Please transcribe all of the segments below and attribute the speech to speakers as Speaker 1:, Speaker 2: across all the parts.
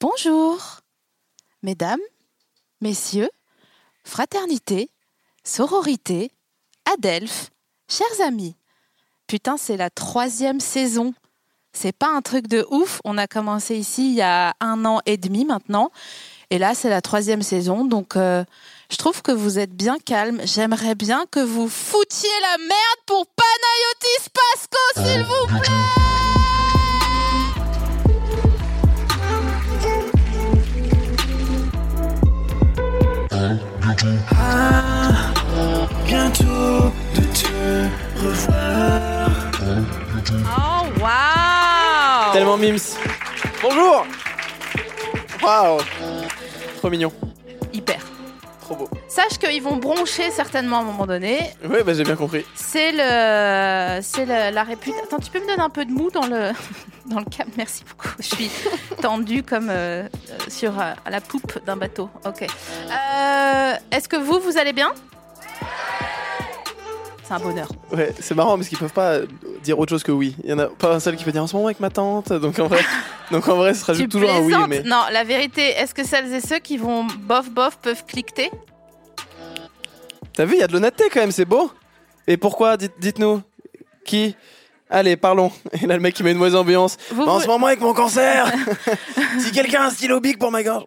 Speaker 1: Bonjour, mesdames, messieurs, fraternité, sororité, Adelphes, chers amis. Putain, c'est la troisième saison. C'est pas un truc de ouf. On a commencé ici il y a un an et demi maintenant. Et là, c'est la troisième saison. Donc, euh, je trouve que vous êtes bien calme. J'aimerais bien que vous foutiez la merde pour Panayotis Pasco, s'il vous plaît.
Speaker 2: Ah, bientôt de te revoir.
Speaker 1: Oh, waouh
Speaker 3: Tellement mimes. Bonjour Waouh Trop mignon,
Speaker 1: Hyper.
Speaker 3: trop beau.
Speaker 1: Sache qu'ils vont broncher certainement à un moment donné.
Speaker 3: Ouais, bah j'ai bien compris.
Speaker 1: C'est le, c'est le- la réputation. Attends, tu peux me donner un peu de mou dans le, dans le câble Merci beaucoup. Je suis tendue comme euh, euh, sur euh, la poupe d'un bateau. Ok. Euh, Est-ce que vous, vous allez bien C'est un bonheur.
Speaker 3: Ouais, c'est marrant parce qu'ils peuvent pas euh, dire autre chose que oui. Il y en a pas un seul qui peut dire en ce moment avec ma tante. Donc en vrai, donc en vrai, ça rajoute
Speaker 1: tu
Speaker 3: Ah, toujours un oui,
Speaker 1: plaisantes
Speaker 3: mais
Speaker 1: Non, la vérité. Est-ce que celles et ceux qui vont bof bof peuvent cliqueter
Speaker 3: t'as vu, il y a de l'honnêteté quand même, c'est beau. Et pourquoi Dites- Dites-nous qui. Allez, parlons. Et là, le mec qui met une mauvaise ambiance.
Speaker 1: Vous,
Speaker 3: Bah, en
Speaker 1: vous-
Speaker 3: ce moment avec mon cancer. si quelqu'un a un stylo big pour ma gorge.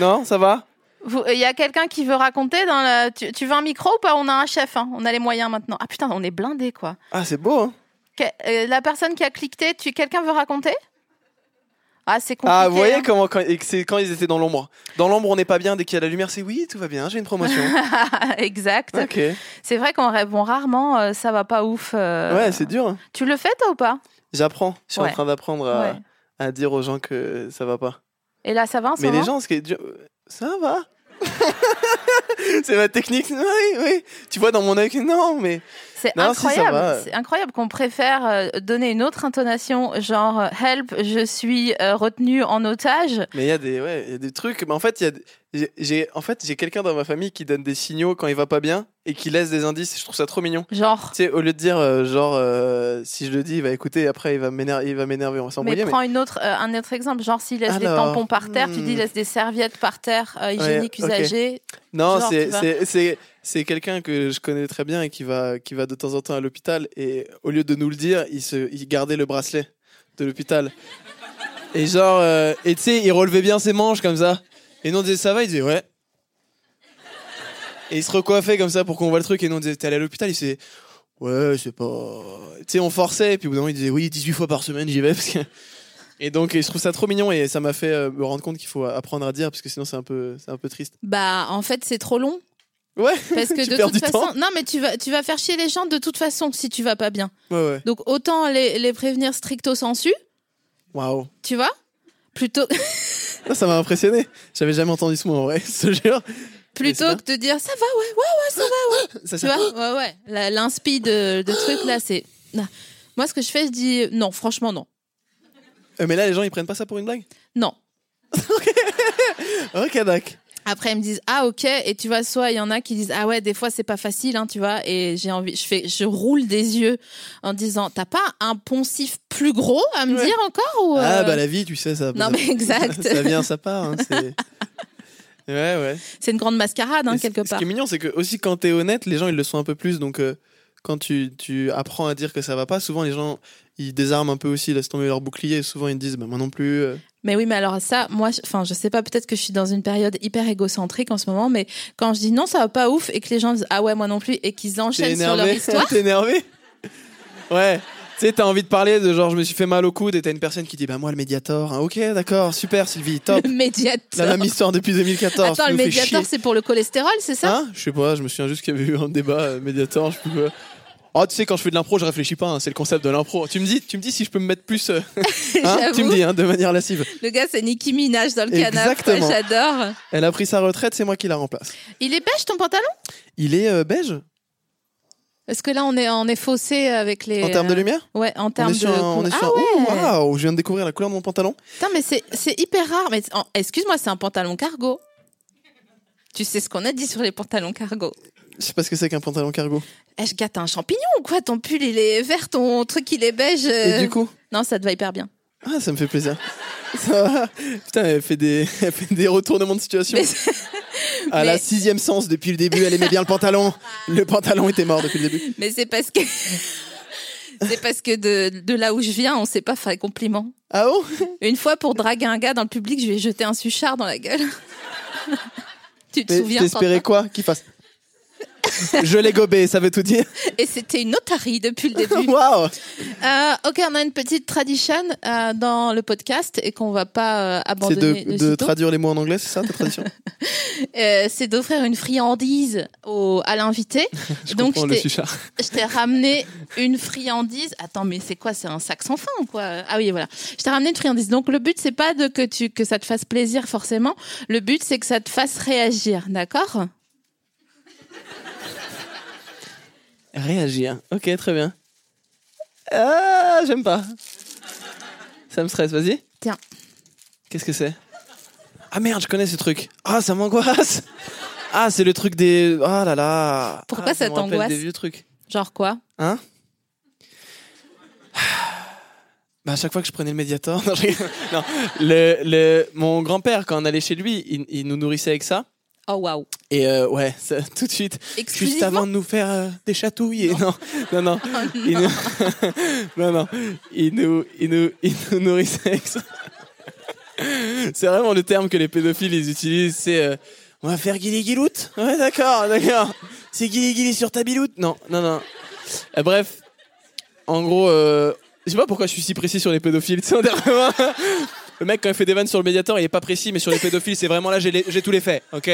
Speaker 3: Non, ça va.
Speaker 1: vous- Il y a quelqu'un qui veut raconter dans la... tu, tu veux un micro ou pas On a un chef. hein. On a les moyens maintenant. Ah putain, on est blindé quoi.
Speaker 3: Ah, c'est beau. Hein.
Speaker 1: Que- euh, la personne qui a cliqué, tu quelqu'un veut raconter Ah, c'est compliqué.
Speaker 3: Ah, vous voyez
Speaker 1: hein.
Speaker 3: comment quand, et que c'est quand ils étaient dans l'ombre. Dans l'ombre, on n'est pas bien. Dès qu'il y a la lumière, c'est oui, tout va bien. J'ai une promotion.
Speaker 1: hein. exact.
Speaker 3: ok.
Speaker 1: C'est vrai qu'on répond rarement euh, ça va pas ouf. euh.
Speaker 3: Ouais, c'est dur. hein.
Speaker 1: Tu le fais toi ou pas
Speaker 3: J'apprends. Je suis
Speaker 1: Ouais.
Speaker 3: en train d'apprendre à,
Speaker 1: Ouais.
Speaker 3: à dire aux gens que ça va pas.
Speaker 1: Et là ça va en ce
Speaker 3: Mais les
Speaker 1: moment
Speaker 3: gens, ce qui est dur, euh, ça va. c'est ma technique. Oui, oui. Tu vois dans mon œil que non, mais
Speaker 1: C'est
Speaker 3: Non, si, ça
Speaker 1: incroyable.
Speaker 3: va.
Speaker 1: c'est incroyable qu'on préfère euh, donner une autre intonation genre euh, help, je suis euh, retenu en otage.
Speaker 3: mais il y a des ouais, il y a des trucs. Mais en fait, il y a des- j'ai- j'ai en fait j'ai quelqu'un dans ma famille qui donne des signaux quand il va pas bien et qui laisse des indices. Je trouve ça trop mignon.
Speaker 1: Genre
Speaker 3: Tu sais, au lieu de dire euh, genre euh, si je le dis, il va écouter. et Après, il va m'énerver, il va m'énerver, on va
Speaker 1: mais
Speaker 3: s'embrouiller. mais-
Speaker 1: prends une autre, euh, un autre exemple, genre s'il laisse des
Speaker 3: Alors,
Speaker 1: tampons par terre, tu dis
Speaker 3: hmm.
Speaker 1: laisse des serviettes par terre, euh, hygiéniques,
Speaker 3: ok.
Speaker 1: usagées.
Speaker 3: Non,
Speaker 1: Genre, tu
Speaker 3: c'est-
Speaker 1: vas-
Speaker 3: c'est c'est- c'est quelqu'un que je connais très bien et qui va, qui va de temps en temps à l'hôpital. Et au lieu de nous le dire, il, se, il gardait le bracelet de l'hôpital. Et genre, euh, et tu sais, il relevait bien ses manches comme ça. Et nous on disait ça va, il disait ouais. Et il se recoiffait comme ça pour qu'on voit le truc. Et nous on disait t'es allé à l'hôpital, il disait ouais, c'est pas. Tu sais, on forçait. Et puis au bout d'un moment, il disait oui, 18 fois par semaine j'y vais. Parce que... Et donc, et je trouve ça trop mignon. Et ça m'a fait euh, me rendre compte qu'il faut apprendre à dire parce que sinon c'est un, peu- c'est un peu triste.
Speaker 4: Bah, en fait, c'est trop long.
Speaker 3: Ouais.
Speaker 4: Parce que
Speaker 3: Tu
Speaker 4: de
Speaker 3: perds
Speaker 4: toute
Speaker 3: du
Speaker 4: façon.
Speaker 3: temps.
Speaker 4: Non, mais tu vas, tu vas faire chier les gens de toute façon si tu vas pas bien.
Speaker 3: Ouais, ouais.
Speaker 4: Donc, autant les, les prévenir stricto sensu,
Speaker 3: Waouh.
Speaker 4: tu vois Plutôt,
Speaker 3: Ça, ça m'a impressionné. J'avais jamais entendu ce mot en vrai, je te jure.
Speaker 4: plutôt
Speaker 3: bien.
Speaker 4: que de dire ça va, ouais, ouais,
Speaker 3: Ça,
Speaker 4: tu
Speaker 3: ça-
Speaker 4: vois Ouais, ouais. La- L'inspi de, de truc là, c'est. Ah. Moi, ce que je fais, je dis non, franchement, non.
Speaker 3: Euh, mais là, les gens, ils prennent pas ça pour une blague
Speaker 4: Non.
Speaker 3: Ok, dac.
Speaker 4: Après, ils me disent ah ok et tu vois soit il y en a qui disent ah ouais des fois c'est pas facile hein, tu vois et j'ai envie je fais je roule des yeux en disant t'as pas un poncif plus gros à me
Speaker 3: Ouais.
Speaker 4: dire encore ou
Speaker 3: Ah,
Speaker 4: euh,
Speaker 3: bah la vie, tu sais, ça.
Speaker 4: Non, mais exact.
Speaker 3: ça vient, ça part. hein, c'est- Ouais, ouais.
Speaker 4: c'est une grande mascarade hein,
Speaker 3: Et c-
Speaker 4: quelque
Speaker 3: Ce
Speaker 4: part
Speaker 3: qui est mignon, c'est que aussi quand t'es honnête, les gens, ils le sont un peu plus. Donc, euh, quand tu, tu apprends à dire que ça va pas, souvent, les gens, ils désarment un peu aussi, ils laissent tomber leur bouclier. Et souvent, ils disent, bah moi non plus. euh.
Speaker 4: mais oui mais alors ça moi je- enfin je sais pas peut-être que je suis dans une période hyper égocentrique en ce moment mais quand je dis non ça va pas ouf et que les gens disent ah ouais moi non plus et qu'ils
Speaker 3: T'es
Speaker 4: enchaînent sur leur
Speaker 3: énervé
Speaker 4: histoire
Speaker 3: T'es énervé Ouais. Tu sais, t'as envie de parler de genre, je me suis fait mal au coude et t'as une personne qui dit, bah moi le médiator. hein. ok, d'accord, super Sylvie, top.
Speaker 4: le
Speaker 3: La
Speaker 4: médiateur
Speaker 3: même histoire depuis 2014.
Speaker 4: attends
Speaker 3: tu
Speaker 4: le
Speaker 3: nous fais
Speaker 4: médiateur
Speaker 3: chier.
Speaker 4: c'est pour le cholestérol c'est ça
Speaker 3: Hein Je sais pas, je me souviens juste qu'il y avait eu un débat euh, médiator, je sais plus quoi. Oh, tu sais, quand je fais de l'impro, je réfléchis pas, hein, c'est le concept de l'impro. Tu me dis, tu me dis si je peux me mettre plus. euh, hein, tu me
Speaker 1: J'avoue,
Speaker 3: dis, hein, de manière lascive.
Speaker 1: le gars, c'est Nicki Minaj dans le canapé.
Speaker 3: Exactement.
Speaker 1: J'adore.
Speaker 3: Elle a pris sa retraite, c'est moi qui la remplace.
Speaker 1: Il est beige ton pantalon
Speaker 3: Il est euh, beige
Speaker 1: Parce que là, on est, on est faussé avec les.
Speaker 3: en termes de
Speaker 1: euh,
Speaker 3: lumière
Speaker 1: Ouais, en
Speaker 3: On
Speaker 1: termes
Speaker 3: est
Speaker 1: de.
Speaker 3: sur un. on est
Speaker 1: Ah
Speaker 3: sur un-
Speaker 1: ouais.
Speaker 3: Ouh, waouh, je viens de découvrir la couleur de mon pantalon.
Speaker 1: Putain, mais c'est- c'est hyper rare. Mais c'est- en- excuse-moi, c'est un pantalon cargo. Tu sais ce qu'on a dit sur les pantalons cargo
Speaker 3: Je sais pas ce que c'est qu'un pantalon cargo.
Speaker 1: Eh, je gâte un champignon ou quoi Ton pull, il est vert, ton truc, il est beige. euh,
Speaker 3: Et du coup
Speaker 1: Non, ça te va hyper bien.
Speaker 3: Ah, ça me fait plaisir. Ça va. Putain, elle fait, des, elle fait des retournements de situation.
Speaker 1: Mais-
Speaker 3: à la
Speaker 1: mais-
Speaker 3: sixième sens depuis le début, elle aimait bien le pantalon. Le pantalon était mort depuis le début.
Speaker 1: Mais c'est parce que. c'est parce que de, de là où je viens, on sait pas faire les compliments.
Speaker 3: Ah bon
Speaker 1: Une fois, pour draguer un gars dans le public, je lui ai jeté un suchard dans la gueule. tu te
Speaker 3: Mais
Speaker 1: souviens Quentin
Speaker 3: T'espérais quoi qu'il fasse Je l'ai gobé, ça veut tout dire.
Speaker 1: Et c'était une otarie depuis le début.
Speaker 3: Waouh
Speaker 1: Euh, ok, on a une petite tradition euh, dans le podcast et qu'on va pas euh,
Speaker 3: C'est
Speaker 1: abandonner.
Speaker 3: de,
Speaker 1: de
Speaker 3: de
Speaker 1: sitôt.
Speaker 3: traduire les mots en anglais, c'est ça ta tradition
Speaker 1: Euh, c'est d'offrir une friandise au, à l'invité.
Speaker 3: Je
Speaker 1: Donc,
Speaker 3: comprends le
Speaker 1: j'étais-
Speaker 3: suchard.
Speaker 1: Je t'ai ramené une friandise. Attends, mais c'est quoi C'est un sac sans fin ou quoi Ah oui, voilà. Je t'ai ramené une friandise. Donc le but, c'est pas de que tu que ça te fasse plaisir forcément. Le but, c'est que ça te fasse réagir, d'accord
Speaker 3: Réagir. Ok, très bien. Ah, j'aime pas. Ça me stresse, vas-y.
Speaker 1: Tiens.
Speaker 3: Qu'est-ce que c'est Ah merde, je connais ce truc. Ah, ça m'angoisse. Ah, c'est le truc des. Ah là là.
Speaker 1: Pourquoi
Speaker 3: Ah,
Speaker 1: ça
Speaker 3: me rappelle
Speaker 1: t'angoisse
Speaker 3: Des vieux trucs.
Speaker 1: Genre quoi
Speaker 3: Hein Bah, à chaque fois que je prenais le Mediator, non, je rigole. Non, le, le- mon grand-père, quand on allait chez lui, il, il nous nourrissait avec ça.
Speaker 1: Oh waouh
Speaker 3: Et euh, ouais, ça- tout de suite, juste
Speaker 1: Exclusivement. Oh
Speaker 3: avant de nous faire euh, des chatouilles. Et non, non, non. Il nous... non, non. Il nous, il nous, il nous nourrissait avec ça. C'est vraiment le terme que les pédophiles ils utilisent. C'est euh, on va faire guili guiloute. Ouais, d'accord, d'accord. C'est guili guili sur ta biloute. Non, non, non. Euh, bref, en gros, euh, je sais pas pourquoi je suis si précis sur les pédophiles. tu sais, on dirait vraiment- le mec quand il fait des vannes sur le médiator, il est pas précis, mais sur les pédophiles, c'est vraiment là j'ai les- j'ai tous les faits, ok.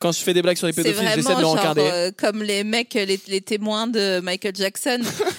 Speaker 3: Quand je fais des blagues sur les
Speaker 1: C'est
Speaker 3: pédophiles, j'essaie
Speaker 1: vraiment
Speaker 3: de le
Speaker 1: genre,
Speaker 3: rencarder.
Speaker 1: euh, comme les mecs, les, les témoins de Michael Jackson.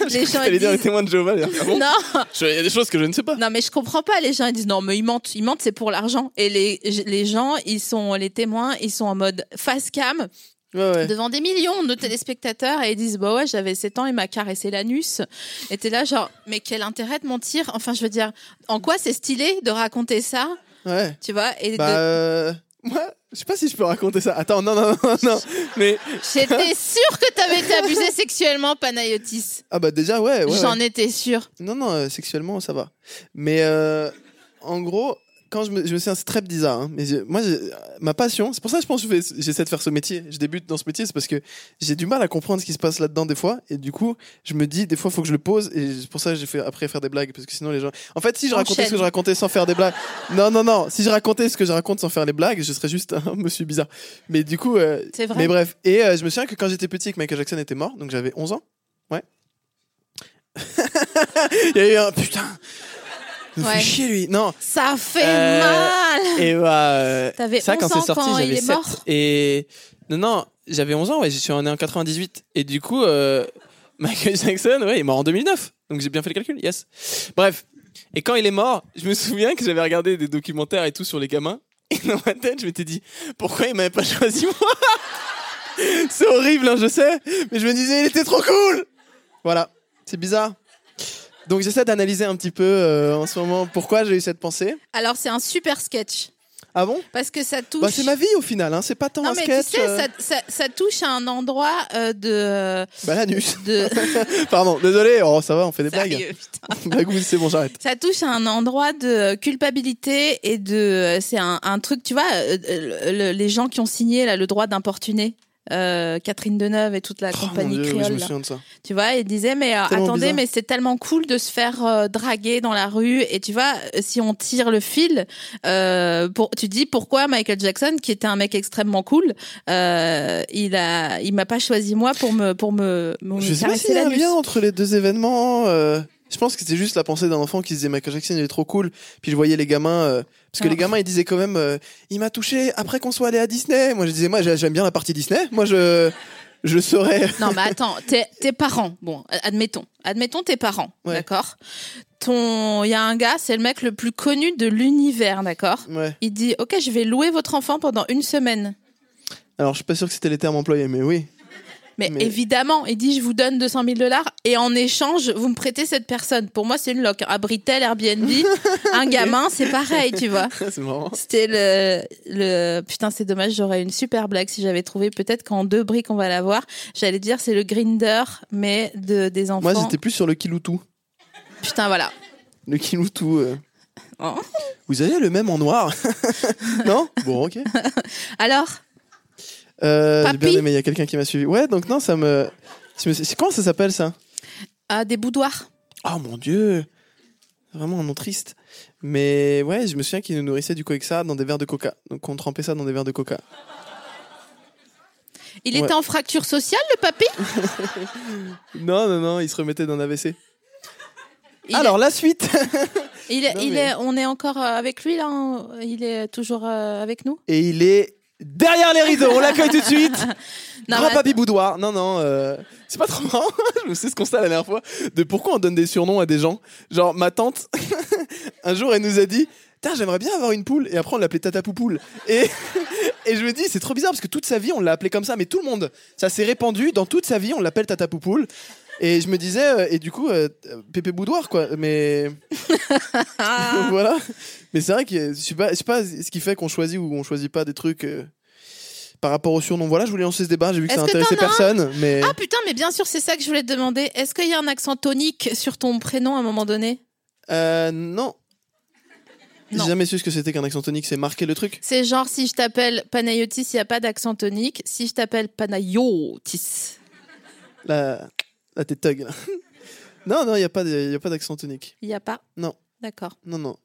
Speaker 1: les gens
Speaker 3: J'allais
Speaker 1: ils
Speaker 3: dire les
Speaker 1: disent
Speaker 3: témoins de Jéhovah. d'ailleurs. Ah bon
Speaker 1: non,
Speaker 3: Je- Il y a des choses que je ne sais pas.
Speaker 1: non, mais je comprends pas. Les gens ils disent non, mais ils mentent, ils mentent, c'est pour l'argent. Et les, les gens, ils sont les témoins, ils sont en mode face cam.
Speaker 3: Ouais, ouais.
Speaker 1: devant des millions de téléspectateurs et ils disent bah ouais j'avais 7 ans il m'a caressé l'anus et t'es là genre mais quel intérêt de mentir enfin je veux dire en quoi c'est stylé de raconter ça
Speaker 3: ouais.
Speaker 1: tu vois et de-
Speaker 3: Bah, euh, moi, je sais pas si je peux raconter ça. Attends, non, non, non, non. Mais,
Speaker 1: j'étais sûre que t'avais été abusé sexuellement Panayotis
Speaker 3: ah bah déjà, ouais, ouais.
Speaker 1: j'en
Speaker 3: ouais.
Speaker 1: étais sûre
Speaker 3: Non, non, euh, sexuellement, ça va. Mais, euh, en gros, quand je me, je me souviens, c'est très bizarre. hein, mais je- moi, je- ma passion, c'est pour ça que je pense que je fais- j'essaie de faire ce métier. Je débute dans ce métier, c'est parce que j'ai du mal à comprendre ce qui se passe là-dedans des fois. Et du coup, je me dis, des fois, faut que je le pose. Et c'est pour ça que j'ai fait après faire des blagues. Parce que sinon, les gens. En fait, si je racontais
Speaker 1: Enchaîne.
Speaker 3: ce que je racontais sans faire des blagues. Non, non, non. Si je racontais ce que je raconte sans faire les blagues, je serais juste un monsieur bizarre. Mais du coup, euh,
Speaker 1: c'est vrai
Speaker 3: Mais bref, et euh, je me souviens que quand j'étais petit et que Michael Jackson était mort, donc j'avais 11 ans, ouais. Il y a eu un putain. Il nous fait
Speaker 1: Ouais.
Speaker 3: chier lui. Non.
Speaker 1: ça fait
Speaker 3: Euh,
Speaker 1: mal
Speaker 3: Et bah. euh,
Speaker 1: T'avais
Speaker 3: ça,
Speaker 1: 11
Speaker 3: quand
Speaker 1: ans
Speaker 3: c'est sorti,
Speaker 1: quand il
Speaker 3: j'avais
Speaker 1: est
Speaker 3: 7.
Speaker 1: mort.
Speaker 3: Et. Non, non, j'avais 11 ans, ouais, je suis né en 98. Et du coup, euh, Michael Jackson, ouais, il est mort en 2009. Donc j'ai bien fait le calcul, yes. Bref. Et quand il est mort, je me souviens que j'avais regardé des documentaires et tout sur les gamins. Et dans ma tête, je m'étais dit, pourquoi il m'avait pas choisi moi C'est horrible, hein, je sais. Mais je me disais, il était trop cool Voilà, c'est bizarre. Donc j'essaie d'analyser un petit peu euh, en ce moment pourquoi j'ai eu cette pensée.
Speaker 1: alors c'est un super sketch
Speaker 3: Ah bon
Speaker 1: parce que ça touche
Speaker 3: bah, c'est ma vie au final, hein. c'est pas tant
Speaker 1: non
Speaker 3: un
Speaker 1: mais
Speaker 3: sketch.
Speaker 1: tu sais
Speaker 3: euh,
Speaker 1: ça, ça- ça touche à un endroit euh, de
Speaker 3: Bah l'anus.
Speaker 1: de
Speaker 3: Pardon, désolé, oh, ça va, on fait des blagues.
Speaker 1: Sérieux, putain.
Speaker 3: Blague, c'est bon, j'arrête.
Speaker 1: Ça touche à un endroit de euh, culpabilité et de. euh, C'est un, un truc, tu vois, euh, euh, le- les gens qui ont signé là, le droit d'importuner. euh, Catherine Deneuve et toute la
Speaker 3: Oh, mon
Speaker 1: compagnie
Speaker 3: Dieu, oui, je
Speaker 1: créole.
Speaker 3: me
Speaker 1: là.
Speaker 3: souviens de ça.
Speaker 1: Tu vois, ils disaient mais euh,
Speaker 3: Tellement
Speaker 1: attendez,
Speaker 3: bizarre.
Speaker 1: mais c'est tellement cool de se faire euh, draguer dans la rue. Et tu vois, euh, si on tire le fil, euh, pour, tu dis pourquoi Michael Jackson, qui était un mec extrêmement cool, euh, il a, il m'a pas choisi moi pour me, pour me, me
Speaker 3: Je sais pas
Speaker 1: caresser
Speaker 3: s'il y a un
Speaker 1: l'anus.
Speaker 3: lien entre les deux événements. euh, Je pense que c'était juste la pensée d'un enfant qui se disait Michael Jackson il est trop cool. Puis je voyais les gamins. euh, Parce que
Speaker 1: Ah.
Speaker 3: les gamins ils disaient quand même euh, Il m'a touché après qu'on soit allé à Disney. Moi je disais Moi j'ai- j'aime bien la partie Disney. Moi je. je saurais.
Speaker 1: Non, mais attends, tes, tes parents, bon, admettons, admettons tes parents,
Speaker 3: Ouais.
Speaker 1: d'accord Ton, il y a un gars, c'est le mec le plus connu de l'univers, d'accord
Speaker 3: Ouais.
Speaker 1: Il dit, ok, je vais louer votre enfant pendant une semaine.
Speaker 3: Alors, je suis pas sûr que c'était les termes employés, mais oui.
Speaker 1: Mais,
Speaker 3: Mais-
Speaker 1: évidemment, il dit, je vous donne 200 000 dollars et en échange, vous me prêtez cette personne. Pour moi, c'est une loque. Abritel, Airbnb, un gamin, c'est pareil, tu vois.
Speaker 3: c'est marrant.
Speaker 1: C'était le, le. Putain, c'est dommage, j'aurais une super blague si j'avais trouvé. Peut-être qu'en deux briques, on va la voir. J'allais dire, c'est le grinder, mais de, des enfants.
Speaker 3: Moi, j'étais plus sur le Kiloutou.
Speaker 1: Putain, voilà.
Speaker 3: Le Kiloutou. euh.
Speaker 1: Oh.
Speaker 3: Vous avez le même en noir Non Bon, ok.
Speaker 1: Alors,
Speaker 3: Euh, j'ai bien
Speaker 1: Papy.
Speaker 3: aimé, il y a quelqu'un qui m'a suivi. Ouais, donc non, ça me. ça me- c'est- Comment ça s'appelle ça
Speaker 1: à des boudoirs.
Speaker 3: Oh mon dieu Vraiment un nom triste. Mais ouais, je me souviens qu'ils nous nourrissaient du coexa dans des verres de coca. Donc on trempait ça dans des verres de coca.
Speaker 1: Il
Speaker 3: Ouais.
Speaker 1: était en fracture sociale, le papy
Speaker 3: Non, non, non, ils se remettaient d'un AVC.
Speaker 1: Il
Speaker 3: Alors la suite
Speaker 1: est- il est-
Speaker 3: Non,
Speaker 1: il
Speaker 3: mais-
Speaker 1: est, on est encore euh, avec lui, là hein Il est toujours euh, avec nous
Speaker 3: Et il est derrière les rideaux, on l'accueille tout de suite
Speaker 1: Non,
Speaker 3: Grand
Speaker 1: mais-
Speaker 3: papy boudoir Non, non, euh, c'est pas trop marrant. je me suis ce constat la dernière fois de pourquoi on donne des surnoms à des gens. Genre ma tante, un jour elle nous a dit Putain, j'aimerais bien avoir une poule. Et après on l'appelait Tata Poupoule. Et, et je me dis, c'est trop bizarre parce que toute sa vie on l'a appelé comme ça, mais tout le monde. Ça s'est répandu, dans toute sa vie on l'appelle Tata Poupoule. Et je me disais, euh, et du coup, euh, euh, Pépé Boudoir, quoi. Mais
Speaker 1: Ah.
Speaker 3: voilà. Mais c'est vrai que euh, je sais pas, je sais pas ce qui fait qu'on choisit ou on choisit pas des trucs euh, par rapport au surnom. Voilà, je voulais lancer ce débat, j'ai vu que
Speaker 1: Est-ce
Speaker 3: ça
Speaker 1: que
Speaker 3: intéressait
Speaker 1: t'en as un
Speaker 3: personne. Mais
Speaker 1: Ah, putain, mais bien sûr, c'est ça que je voulais te demander. Est-ce qu'il y a un accent tonique sur ton prénom à un moment donné
Speaker 3: euh, non. J'ai
Speaker 1: Non.
Speaker 3: jamais su ce que c'était qu'un accent tonique, c'est marquer le truc.
Speaker 1: C'est genre si je t'appelle Panayotis, il n'y a pas d'accent tonique. Si je t'appelle Panayotis,
Speaker 3: Là, là t'es thug. là. non, non, il n'y a pas de- y a pas d'accent tonique.
Speaker 1: il n'y a pas
Speaker 3: Non.
Speaker 1: D'accord.
Speaker 3: Non, non.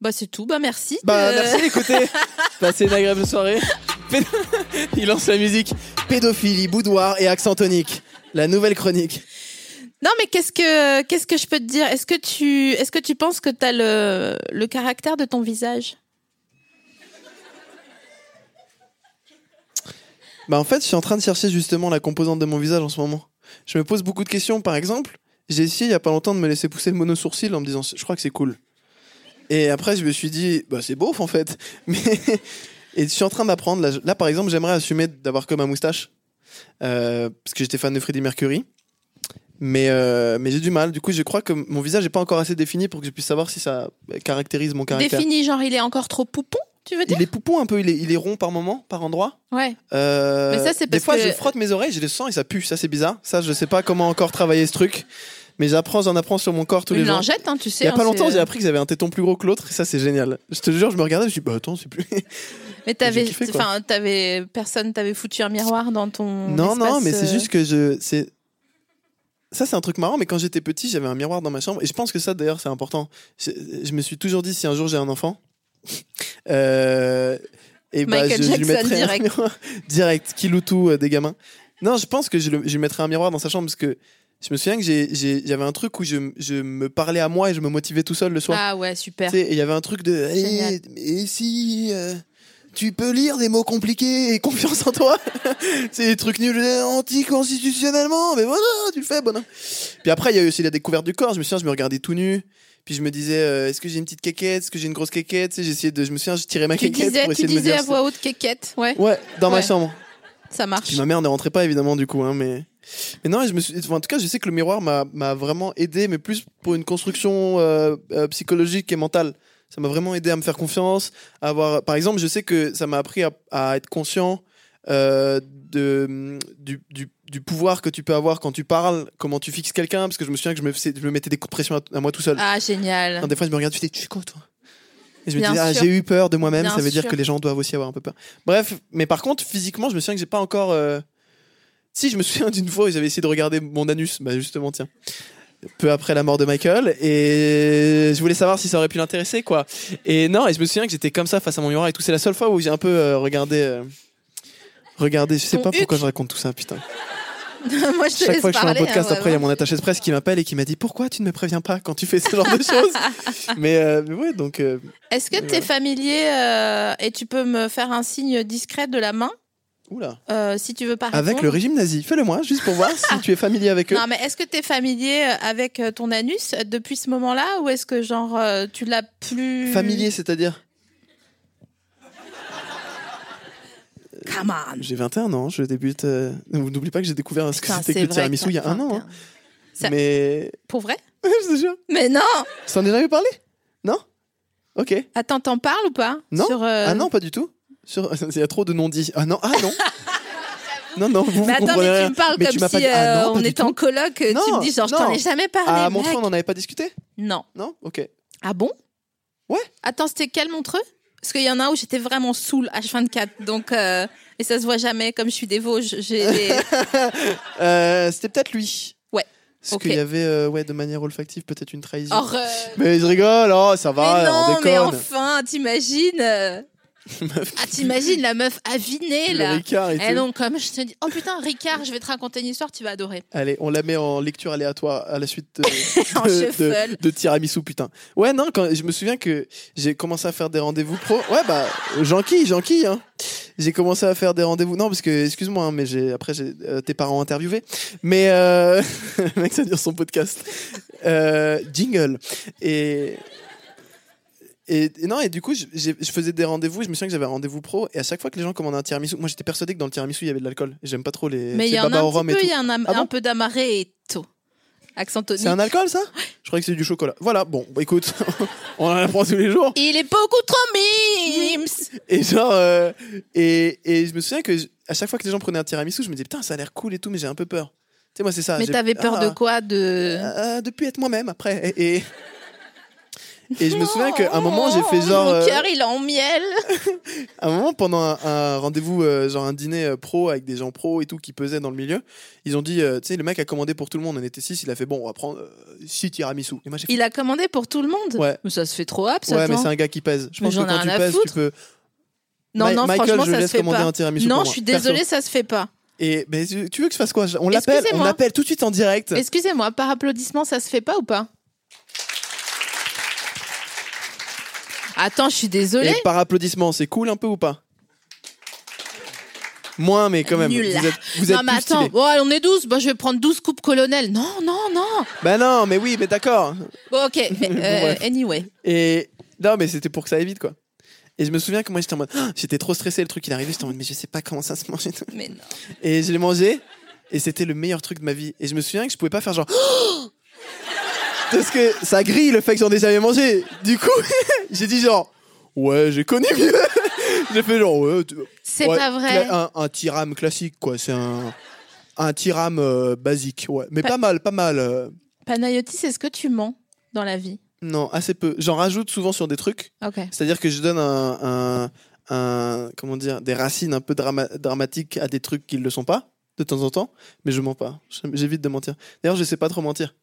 Speaker 1: Bah c'est tout, bah merci.
Speaker 3: Bah,
Speaker 1: de-
Speaker 3: merci d'écouter. Passez une agréable soirée. Péd- Il lance la musique. Pédophilie, boudoir et accent tonique. La nouvelle chronique.
Speaker 1: Non mais qu'est-ce que qu'est-ce que je peux te dire Est-ce que tu est-ce que tu penses que tu as le, le caractère de ton visage
Speaker 3: Bah en fait, je suis en train de chercher justement la composante de mon visage en ce moment. Je me pose beaucoup de questions. Par exemple, j'ai essayé il y a pas longtemps de me laisser pousser le mono-sourcil en me disant je crois que c'est cool. Et après, je me suis dit bah c'est beauf en fait. Mais et je suis en train d'apprendre. Là, je- là, par exemple, j'aimerais assumer d'avoir comme un moustache Euh, parce que j'étais fan de Freddie Mercury. Mais euh, mais j'ai du mal. Du coup, je crois que mon visage est pas encore assez défini pour que je puisse savoir si ça caractérise mon caractère.
Speaker 1: Défini genre il est encore trop poupon, tu veux dire
Speaker 3: Il est poupon un peu. Il est, il est rond par moment, par endroit.
Speaker 1: Ouais.
Speaker 3: Euh,
Speaker 1: Mais ça, c'est
Speaker 3: des
Speaker 1: parce
Speaker 3: fois,
Speaker 1: que-
Speaker 3: je frotte mes oreilles, j'ai le sang et ça pue. Ça, c'est bizarre. Ça, je sais pas comment encore travailler ce truc. Mais j'apprends, j'en apprends sur mon corps tous
Speaker 1: Une
Speaker 3: les jours.
Speaker 1: lingette, hein, tu sais.
Speaker 3: Il y a
Speaker 1: hein,
Speaker 3: pas longtemps,
Speaker 1: c'est-
Speaker 3: j'ai appris que j'avais un téton plus gros que l'autre. Et ça, c'est génial. Je te jure, je me regardais, je me suis dit, bah attends, c'est plus.
Speaker 1: Mais t'avais,
Speaker 3: j'ai kiffé, quoi.
Speaker 1: enfin, t'avais personne, t'avais foutu un miroir dans ton.
Speaker 3: non, non,
Speaker 1: espace,
Speaker 3: mais c'est
Speaker 1: euh,
Speaker 3: juste que je. c'est Ça, c'est un truc marrant, mais quand j'étais petit, j'avais un miroir dans ma chambre. Et je pense que ça, d'ailleurs, c'est important. Je, je me suis toujours dit, si un jour j'ai un enfant. euh, Et bah,
Speaker 1: Michael
Speaker 3: je, je lui
Speaker 1: Jackson,
Speaker 3: mettrai
Speaker 1: direct.
Speaker 3: un miroir direct, kiloutou euh, des gamins. Non, je pense que je, le- je lui mettrai un miroir dans sa chambre parce que je me souviens que j'ai- j'ai- j'avais un truc où je, m- je me parlais à moi et je me motivais tout seul le soir.
Speaker 1: Ah ouais, super.
Speaker 3: Tu sais, et il y avait un truc de
Speaker 1: Génial.
Speaker 3: Eh, et si euh, tu peux lire des mots compliqués et confiance en toi c'est des trucs nuls euh, anticonstitutionnellement mais voilà tu le fais bonhomme puis après il y a eu aussi la découverte du corps je me souviens je me regardais tout nu puis je me disais euh, est-ce que j'ai une petite quéquette est-ce que j'ai une grosse quéquette Tu sais, j'essayais de je me souviens je tirais ma
Speaker 1: Tu
Speaker 3: quéquette
Speaker 1: disais,
Speaker 3: pour
Speaker 1: tu
Speaker 3: essayer de me
Speaker 1: disais à
Speaker 3: dire
Speaker 1: voix haute quéquette. Ouais,
Speaker 3: ouais dans ma
Speaker 1: Ouais.
Speaker 3: chambre
Speaker 1: ça marche.
Speaker 3: puis ma mère ne rentrait pas évidemment du coup, hein, mais mais non, je me suis... enfin, en tout cas, je sais que le miroir m'a m'a vraiment aidé, mais plus pour une construction euh, euh, psychologique et mentale. Ça m'a vraiment aidé à me faire confiance, à avoir. Par exemple, je sais que ça m'a appris à, à être conscient euh, de du, du- du pouvoir que tu peux avoir quand tu parles, comment tu fixes quelqu'un, parce que je me souviens que je me, faisais- je me mettais des coups de pression à, à moi tout seul.
Speaker 1: Ah génial.
Speaker 3: Non, des fois, je me regarde, je me dis, tu es con, toi. Et je me
Speaker 1: Bien
Speaker 3: dis, ah,
Speaker 1: sûr.
Speaker 3: j'ai eu peur de moi-même,
Speaker 1: Bien
Speaker 3: ça veut dire
Speaker 1: sûr.
Speaker 3: que les gens doivent aussi avoir un peu peur. Bref, mais par contre, physiquement, je me souviens que j'ai pas encore. euh, Si, je me souviens d'une fois où j'avais essayé de regarder mon anus, bah justement, tiens. Peu après la mort de Michael, et je voulais savoir si ça aurait pu l'intéresser, quoi. Et non, et je me souviens que j'étais comme ça face à mon miroir et tout. C'est la seule fois où j'ai un peu euh, regardé. euh, Regardé, je sais
Speaker 1: Ton
Speaker 3: pas pourquoi
Speaker 1: huc.
Speaker 3: je raconte tout ça, putain.
Speaker 1: Moi je te
Speaker 3: Chaque
Speaker 1: laisse
Speaker 3: fois que je fais un
Speaker 1: parler, hein,
Speaker 3: podcast, après, il y a
Speaker 1: vraiment.
Speaker 3: mon attaché de presse qui m'appelle et qui m'a dit Pourquoi tu ne me préviens pas quand tu fais ce genre de choses mais, euh, mais ouais, donc. euh,
Speaker 1: Est-ce que
Speaker 3: Mais
Speaker 1: t'es familier euh, et tu peux me faire un signe discret de la main
Speaker 3: Oula.
Speaker 1: Euh, si tu veux pas
Speaker 3: Avec
Speaker 1: répondre-
Speaker 3: le régime nazi. Fais-le moi, juste pour voir si tu es familier avec eux.
Speaker 1: Non, mais est-ce que tu es familier euh, avec euh, ton anus euh, depuis ce moment-là ou est-ce que genre euh, tu l'as plus
Speaker 3: Familier, c'est-à-dire
Speaker 1: Come on.
Speaker 3: J'ai 21 ans, je débute. euh, N'oublie pas que j'ai découvert ce que
Speaker 1: Putain,
Speaker 3: c'était que
Speaker 1: c'est
Speaker 3: le
Speaker 1: vrai
Speaker 3: tiramisu
Speaker 1: que
Speaker 3: il y a un an. hein.
Speaker 1: Ça-
Speaker 3: Mais.
Speaker 1: Pour vrai
Speaker 3: je te jure.
Speaker 1: Mais non
Speaker 3: Tu t'en as jamais parlé Non Ok.
Speaker 1: Attends, t'en parles ou pas
Speaker 3: Non.
Speaker 1: Sur, euh,
Speaker 3: Ah non, pas du tout. Sur... Il y a trop de non-dits. Ah non, ah non Non, non, vous,
Speaker 1: Mais
Speaker 3: vous
Speaker 1: attends,
Speaker 3: comprenez
Speaker 1: mais
Speaker 3: rien.
Speaker 1: tu me parles
Speaker 3: Mais tu
Speaker 1: comme
Speaker 3: m'as
Speaker 1: si
Speaker 3: pas dit- ah
Speaker 1: euh,
Speaker 3: non, pas
Speaker 1: on
Speaker 3: du
Speaker 1: était en
Speaker 3: tout.
Speaker 1: coloc. euh, tu
Speaker 3: Non,
Speaker 1: me dis genre, je t'en
Speaker 3: non.
Speaker 1: ai jamais parlé.
Speaker 3: À
Speaker 1: mec.
Speaker 3: Montreux, on n'en avait pas discuté
Speaker 1: Non.
Speaker 3: Non Ok.
Speaker 1: Ah bon
Speaker 3: Ouais.
Speaker 1: Attends, c'était quel Montreux Parce qu'il y en a un où j'étais vraiment saoul H24. Donc, euh, et ça se voit jamais, comme je suis des Vosges. J'ai des-
Speaker 3: Euh, C'était peut-être lui.
Speaker 1: Ouais.
Speaker 3: Parce
Speaker 1: Ok.
Speaker 3: qu'il y avait, euh, ouais, de manière olfactive, peut-être une trahison.
Speaker 1: Or, euh,
Speaker 3: Mais je rigole, oh, ça
Speaker 1: mais
Speaker 3: va, on
Speaker 1: non, mais
Speaker 3: déconne.
Speaker 1: enfin, t'imagines euh, Ah, t'imagines la meuf avinée,
Speaker 3: Le
Speaker 1: là
Speaker 3: Ricard et
Speaker 1: Eh
Speaker 3: tout.
Speaker 1: non, comme je te dis... Oh putain, Ricard, je vais te raconter une histoire, tu vas adorer.
Speaker 3: Allez, on la met en lecture aléatoire à la suite de,
Speaker 1: En
Speaker 3: de,
Speaker 1: shuffle.
Speaker 3: de- de tiramisu, putain. Ouais, non, quand, je me souviens que j'ai commencé à faire des rendez-vous pro. Ouais, bah, j'enquille, j'enquille. Hein. J'ai commencé à faire des rendez-vous. Non, parce que, excuse-moi, hein, mais j'ai après, j'ai euh, tes parents interviewés. Mais, euh, le mec, ça dure son podcast. Euh, jingle. Et. Et, et non, et du coup, je, j'ai- je faisais des rendez-vous, je me souviens que j'avais un rendez-vous pro, et à chaque fois que les gens commandaient un tiramisu, moi j'étais persuadé que dans le tiramisu il y avait de l'alcool. J'aime pas trop les.
Speaker 1: Mais il
Speaker 3: les
Speaker 1: y en a
Speaker 3: babas au
Speaker 1: un
Speaker 3: rhum et
Speaker 1: petit peu,
Speaker 3: tout.
Speaker 1: il y a un, am-
Speaker 3: Ah bon
Speaker 1: un peu d'amarré et tout. Accent tonique.
Speaker 3: C'est un alcool ça Je croyais que c'est du chocolat. Voilà, bon, bah, écoute, on en apprend tous les jours.
Speaker 1: Il est beaucoup trop mimes
Speaker 3: Et genre, euh, et, et je me souviens que je- à chaque fois que les gens prenaient un tiramisu, je me disais putain, ça a l'air cool et tout, mais j'ai un peu peur. Tu sais, moi c'est ça.
Speaker 1: Mais
Speaker 3: j'ai-
Speaker 1: t'avais peur
Speaker 3: Ah,
Speaker 1: de quoi hein de...
Speaker 3: euh, euh, De plus être moi-même après. Et, et, et je me souviens qu'à un moment, j'ai fait genre.
Speaker 1: Oh, Mon
Speaker 3: euh,
Speaker 1: cœur, il est en miel
Speaker 3: à un moment, pendant un, un rendez-vous, euh, genre un dîner euh, pro avec des gens pro et tout qui pesaient dans le milieu, ils ont dit, euh, tu sais, le mec a commandé pour tout le monde, on était 6, il a fait bon, on va prendre 6 tiramisu. Et moi j'ai fait.
Speaker 1: Il a commandé pour tout le monde
Speaker 3: Ouais.
Speaker 1: Mais ça se fait trop hop, ça.
Speaker 3: Ouais, mais
Speaker 1: attends.
Speaker 3: c'est un gars qui pèse. Je
Speaker 1: Mais
Speaker 3: pense que
Speaker 1: j'en ai
Speaker 3: quand tu
Speaker 1: rien à
Speaker 3: pèses, tu
Speaker 1: foutre.
Speaker 3: peux.
Speaker 1: Non,
Speaker 3: Mi-
Speaker 1: non,
Speaker 3: Michael,
Speaker 1: franchement,
Speaker 3: je
Speaker 1: ça se
Speaker 3: laisse
Speaker 1: fait
Speaker 3: commander
Speaker 1: pas.
Speaker 3: un tiramisu
Speaker 1: Non,
Speaker 3: pour
Speaker 1: je
Speaker 3: moi,
Speaker 1: suis
Speaker 3: perso.
Speaker 1: désolée, ça se fait pas.
Speaker 3: Et mais tu tu veux que je fasse quoi On l'appelle, on
Speaker 1: Excusez-moi.
Speaker 3: l'appelle tout de suite en direct.
Speaker 1: Excusez-moi, par applaudissement, ça se fait pas ou pas Attends, je suis
Speaker 3: Et
Speaker 1: désolée.
Speaker 3: par applaudissement, c'est cool un peu ou pas Moins, mais quand même.
Speaker 1: Nul.
Speaker 3: Vous êtes, vous êtes
Speaker 1: non, mais
Speaker 3: plus
Speaker 1: attends,
Speaker 3: stylés.
Speaker 1: bon, allez, on est 12. Bon, je vais prendre 12 coupes colonel. Non, non, non.
Speaker 3: Bah non, mais oui, mais d'accord.
Speaker 1: Bon, ok. mais,
Speaker 3: Bon,
Speaker 1: euh,
Speaker 3: bref.
Speaker 1: anyway.
Speaker 3: Et non, mais c'était pour que ça évite quoi. Et je me souviens que moi j'étais en mode, Ah j'étais trop stressé le truc il est arrivé, j'étais en mode mais je sais pas comment ça se mange et tout.
Speaker 1: Mais non.
Speaker 3: Et je l'ai mangé et c'était le meilleur truc de ma vie. Et je me souviens que je pouvais pas faire genre. Parce que ça grille le fait que j'en ai jamais mangé. Du coup, j'ai dit genre. Ouais, j'ai connu mieux. j'ai fait genre. Ouais, tu-
Speaker 1: C'est
Speaker 3: ouais,
Speaker 1: pas vrai.
Speaker 3: cla- Un, un tiram classique, quoi. C'est un. Un tiram euh, basique, ouais. Mais pas, mal, pas mal. euh.
Speaker 1: Panayotis, est-ce que tu mens dans la vie Euh.
Speaker 3: Non, assez peu. J'en rajoute souvent sur des trucs.
Speaker 1: Ok.
Speaker 3: C'est-à-dire que je donne un, un- un- comment dire, des racines un peu drama- dramatiques à des trucs qui ne le sont pas, de temps en temps, mais je mens pas. J'aime- J'évite de mentir. D'ailleurs, je sais pas trop mentir.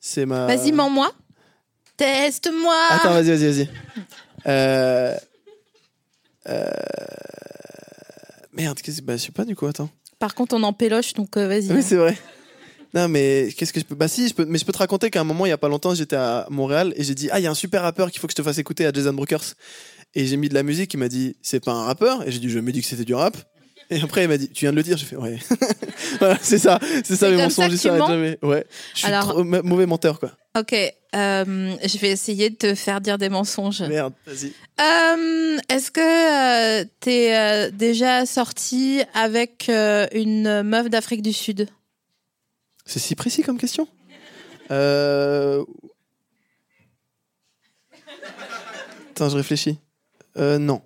Speaker 3: C'est ma.
Speaker 1: Vas-y, mens-moi. Teste-moi.
Speaker 3: Attends, vas-y, vas-y, vas-y. Euh... euh, Merde, qu'est-ce que. Bah, je sais pas du coup, attends.
Speaker 1: Par contre, on en péloche, donc euh, vas-y.
Speaker 3: Oui, c'est vrai. Non, mais qu'est-ce que je peux. Bah, si, je peux... mais je peux te raconter qu'à un moment, il y a pas longtemps, j'étais à Montréal et j'ai dit Ah, il y a un super rappeur qu'il faut que je te fasse écouter à Jason Brookers. Et j'ai mis de la musique, il m'a dit C'est pas un rappeur Et j'ai dit Je me dis que c'était du rap. Et après, il m'a dit Tu viens de le dire J'ai fait Ouais. voilà, c'est ça, c'est ça,
Speaker 1: C'est
Speaker 3: mes
Speaker 1: comme ça
Speaker 3: mensonges,
Speaker 1: que
Speaker 3: ça
Speaker 1: tu mens
Speaker 3: jamais. Ouais. Je suis
Speaker 1: Alors-
Speaker 3: trop ma- mauvais menteur, quoi.
Speaker 1: Ok, euh, je vais essayer de te faire dire des mensonges.
Speaker 3: Merde, vas-y.
Speaker 1: Euh, Est-ce que euh, t'es euh, déjà sorti avec euh, une meuf d'Afrique du Sud
Speaker 3: C'est si précis comme question Euh. Attends, je réfléchis. Euh, non.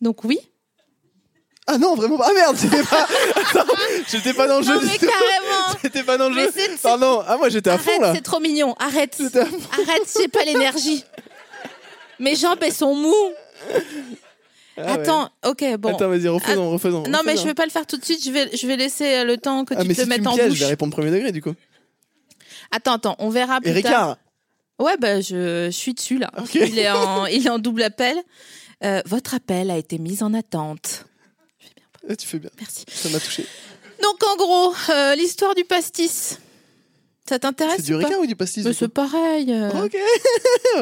Speaker 1: Donc oui.
Speaker 3: Ah non, vraiment pas. Ah merde, j'étais pas. Attends, j'étais pas dans le jeu
Speaker 1: Non
Speaker 3: du
Speaker 1: mais
Speaker 3: tout.
Speaker 1: carrément.
Speaker 3: J'étais pas dans le
Speaker 1: Mais
Speaker 3: jeu.
Speaker 1: c'est- c'est-
Speaker 3: Pardon. Ah moi j'étais à fond
Speaker 1: Arrête,
Speaker 3: là.
Speaker 1: c'est trop mignon. Arrête,
Speaker 3: J'étais à fond.
Speaker 1: arrête, j'ai pas l'énergie. Mes jambes elles sont moues.
Speaker 3: Ah ouais.
Speaker 1: Attends, ok, bon. ah,
Speaker 3: Attends, vas-y, refaisons, refaisons.
Speaker 1: non mais
Speaker 3: refaisons.
Speaker 1: je vais pas le faire tout de suite. Je vais, je vais laisser euh, le temps que
Speaker 3: Ah
Speaker 1: tu
Speaker 3: mais
Speaker 1: te
Speaker 3: si tu
Speaker 1: mettes
Speaker 3: me
Speaker 1: en
Speaker 3: pièges, je
Speaker 1: bouche.
Speaker 3: vais répondre premier degré du coup.
Speaker 1: Attends, attends, on verra plus
Speaker 3: Et
Speaker 1: tard.
Speaker 3: Ricard.
Speaker 1: Ouais, bah, je, je suis dessus là.
Speaker 3: ah, Ok.
Speaker 1: Il, est en, il est en double appel. Euh, votre appel a été mis en attente.
Speaker 3: Ah, Tu fais bien.
Speaker 1: Merci. Ah,
Speaker 3: Ça m'a touché.
Speaker 1: Donc en gros, euh, l'histoire du pastis. Ça t'intéresse
Speaker 3: C'est du
Speaker 1: ou pas
Speaker 3: ricard ou du pastis
Speaker 1: Mais
Speaker 3: du coup Ah
Speaker 1: c'est pareil. euh.
Speaker 3: Ok,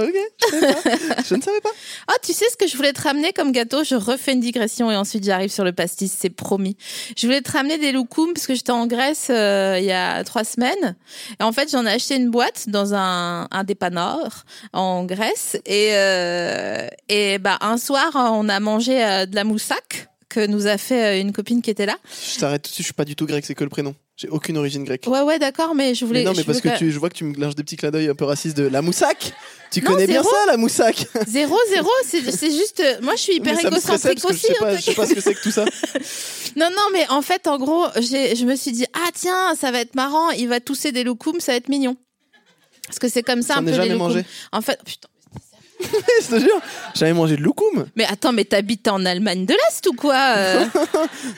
Speaker 3: ok, je savais pas. Je ne savais pas.
Speaker 1: Ah, tu sais ce que je voulais te ramener comme gâteau Je refais une digression et ensuite j'arrive sur le pastis, c'est promis. Je voulais te ramener des loukoums parce que j'étais en Grèce euh, il y a trois semaines. Et en fait, j'en ai acheté une boîte dans un, un dépanneur en Grèce. Et, euh, et bah, un soir, on a mangé euh, de la moussac que nous a fait euh, une copine qui était là.
Speaker 3: Je t'arrête tout de suite, je suis pas du tout grec, c'est que le prénom. J'ai aucune origine grecque.
Speaker 1: Ouais, ouais, d'accord, mais je voulais...
Speaker 3: Mais non, mais
Speaker 1: Oh, je
Speaker 3: parce
Speaker 1: voulais
Speaker 3: que
Speaker 1: pas-
Speaker 3: tu, je vois que tu me lâches des petits clins d'œil un peu racistes de la moussac. Tu
Speaker 1: Non,
Speaker 3: connais bien
Speaker 1: zéro.
Speaker 3: ça, la moussac
Speaker 1: Zéro, zéro, c'est c'est juste... euh, Moi, je suis hyper
Speaker 3: Mais ça me stressait
Speaker 1: égocentrique aussi.
Speaker 3: parce que je sais
Speaker 1: hein,
Speaker 3: pas, je sais pas ce que c'est que tout ça.
Speaker 1: Non, non, mais en fait, en gros, j'ai- je me suis dit, ah tiens, ça va être marrant, il va tousser des loukoums, ça va être mignon. Parce que c'est comme ça
Speaker 3: J'en
Speaker 1: un
Speaker 3: ai
Speaker 1: peu
Speaker 3: jamais
Speaker 1: les loukoums.
Speaker 3: mangé.
Speaker 1: En fait, putain.
Speaker 3: je te jure, j'avais mangé de loukoum.
Speaker 1: Mais attends, mais t'habites en Allemagne de l'Est ou quoi euh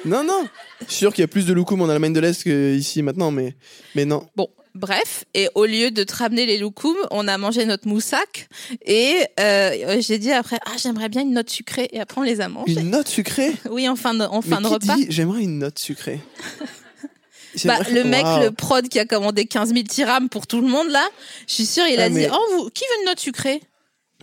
Speaker 3: Non, non. Je suis sûr qu'il y a plus de loukoum en Allemagne de l'Est qu'ici maintenant, mais, mais non.
Speaker 1: Bon, bref, et au lieu de te ramener les loukoums, on a mangé notre moussac et euh, j'ai dit après, ah j'aimerais bien une note sucrée et après on les a mangés.
Speaker 3: Une note sucrée
Speaker 1: Oui, en fin de, en
Speaker 3: Mais
Speaker 1: fin de
Speaker 3: qui
Speaker 1: repas.
Speaker 3: dit j'aimerais une note sucrée
Speaker 1: Bah,
Speaker 3: J'aimerais-
Speaker 1: le mec,
Speaker 3: Waouh.
Speaker 1: le prod qui a commandé 15 000 tirames pour tout le monde là, je suis sûre, il
Speaker 3: Ah,
Speaker 1: a
Speaker 3: mais-
Speaker 1: dit, oh vous, qui veut une note sucrée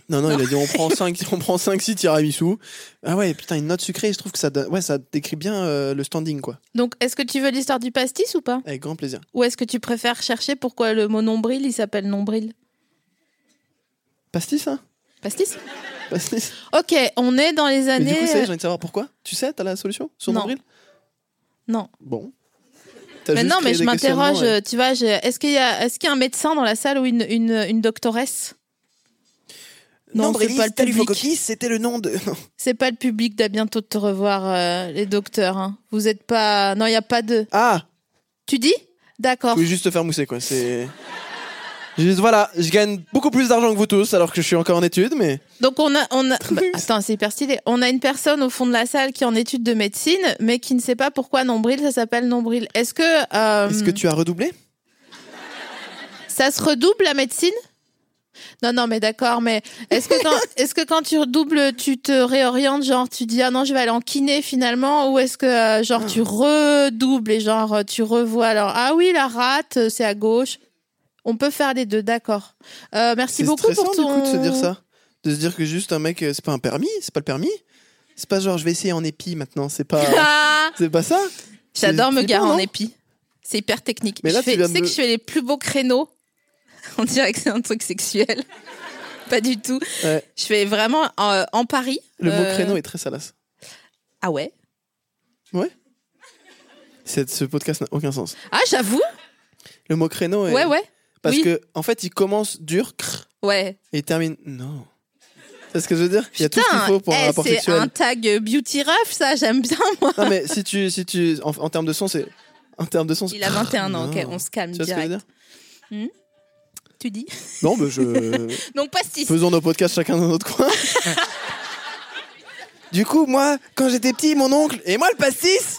Speaker 3: Non, non, il a dit on prend 5, on prend 5, 6 tiramisu. Ah ouais, putain, une note sucrée, je trouve que ça, donne- ouais, ça décrit bien euh, le standing, quoi.
Speaker 1: Donc, est-ce que tu veux l'histoire du pastis ou pas
Speaker 3: Avec grand plaisir.
Speaker 1: Ou est-ce que tu préfères chercher pourquoi le mot nombril, il s'appelle nombril
Speaker 3: Pastis, hein
Speaker 1: Pastis
Speaker 3: Pastis.
Speaker 1: Ok, on est dans les
Speaker 3: Mais du
Speaker 1: années... euh,
Speaker 3: coup, ça, y est, j'ai envie de savoir pourquoi. Tu sais, t'as la solution sur
Speaker 1: Non.
Speaker 3: nombril
Speaker 1: Non.
Speaker 3: Bon. T'as
Speaker 1: mais
Speaker 3: juste
Speaker 1: non, mais
Speaker 3: créé
Speaker 1: je
Speaker 3: des
Speaker 1: m'interroge, euh,
Speaker 3: questionnements, ouais.
Speaker 1: tu vois, j'ai- est-ce qu'il y, a- est-ce qu'il y a un médecin dans la salle ou une, une, une doctoresse euh, Non,
Speaker 3: Nombriliste
Speaker 1: c'est pas le public.
Speaker 3: Talufokokis, c'était le nom de. Non.
Speaker 1: C'est pas le public d'à bientôt de te revoir, euh, les docteurs. hein. Vous êtes pas... Non, il n'y a pas de...
Speaker 3: Ah
Speaker 1: Tu dis D'accord.
Speaker 3: Je voulais juste te faire mousser, quoi. C'est. Juste, voilà, je gagne beaucoup plus d'argent que vous tous, alors que je suis encore en études, mais.
Speaker 1: Donc on a, on a... bah,
Speaker 3: Russe.
Speaker 1: attends, c'est hyper stylé. On a une personne au fond de la salle qui est en étude de médecine, mais qui ne sait pas pourquoi nombril ça s'appelle nombril. Est-ce que, euh,
Speaker 3: Est-ce que tu as redoublé
Speaker 1: ça se redouble la médecine Non, non, mais d'accord, mais est-ce que quand, est-ce que quand tu redoubles, tu te réorientes, genre tu dis ah non je vais aller en kiné finalement, ou est-ce que euh, genre
Speaker 3: Ah.
Speaker 1: tu redoubles et genre euh, tu revois alors ah oui la rate euh, c'est à gauche. On peut faire les deux, d'accord. Euh, merci
Speaker 3: C'est
Speaker 1: beaucoup
Speaker 3: stressant
Speaker 1: pour
Speaker 3: du
Speaker 1: ton.
Speaker 3: coup de se dire ça. De se dire que juste un mec, euh, c'est pas un permis, c'est pas le permis. C'est pas genre je vais essayer en épi maintenant, c'est pas.
Speaker 1: Ah
Speaker 3: c'est pas ça
Speaker 1: J'adore
Speaker 3: C'est
Speaker 1: me garer
Speaker 3: flippant,
Speaker 1: en
Speaker 3: non
Speaker 1: épi. C'est hyper technique.
Speaker 3: Mais là,
Speaker 1: je fais,
Speaker 3: tu viens
Speaker 1: sais
Speaker 3: de
Speaker 1: que
Speaker 3: me-
Speaker 1: je fais les plus beaux créneaux. On dirait que c'est un truc sexuel. Pas du tout.
Speaker 3: Ouais.
Speaker 1: Je fais vraiment euh, en Paris.
Speaker 3: Le mot
Speaker 1: euh,
Speaker 3: créneau est très salace.
Speaker 1: Ah ouais.
Speaker 3: C'est- Ce podcast n'a aucun sens.
Speaker 1: Ah j'avoue.
Speaker 3: Le mot créneau est.
Speaker 1: Ouais ouais.
Speaker 3: Parce
Speaker 1: oui.
Speaker 3: que, en fait, il commence dur, crrr,
Speaker 1: Ouais.
Speaker 3: et il termine. Non. C'est ce que je veux dire Il y a tout ce qu'il
Speaker 1: Putain,
Speaker 3: faut pour un
Speaker 1: eh,
Speaker 3: rapport
Speaker 1: c'est
Speaker 3: sexuel.
Speaker 1: un tag beauty rough, ça j'aime bien moi.
Speaker 3: Non, mais si tu. Si tu en, en termes de son, c'est. En termes de son, c'est
Speaker 1: Il a 21 ans.
Speaker 3: Non.
Speaker 1: Ok, on se calme
Speaker 3: Tu vois ce que je veux
Speaker 1: direct.
Speaker 3: dire
Speaker 1: Tu dis.
Speaker 3: Non, mais je.
Speaker 1: Donc pastis.
Speaker 3: Faisons nos podcasts chacun dans notre coin. du coup, moi, quand j'étais petit, mon oncle et moi le pastis.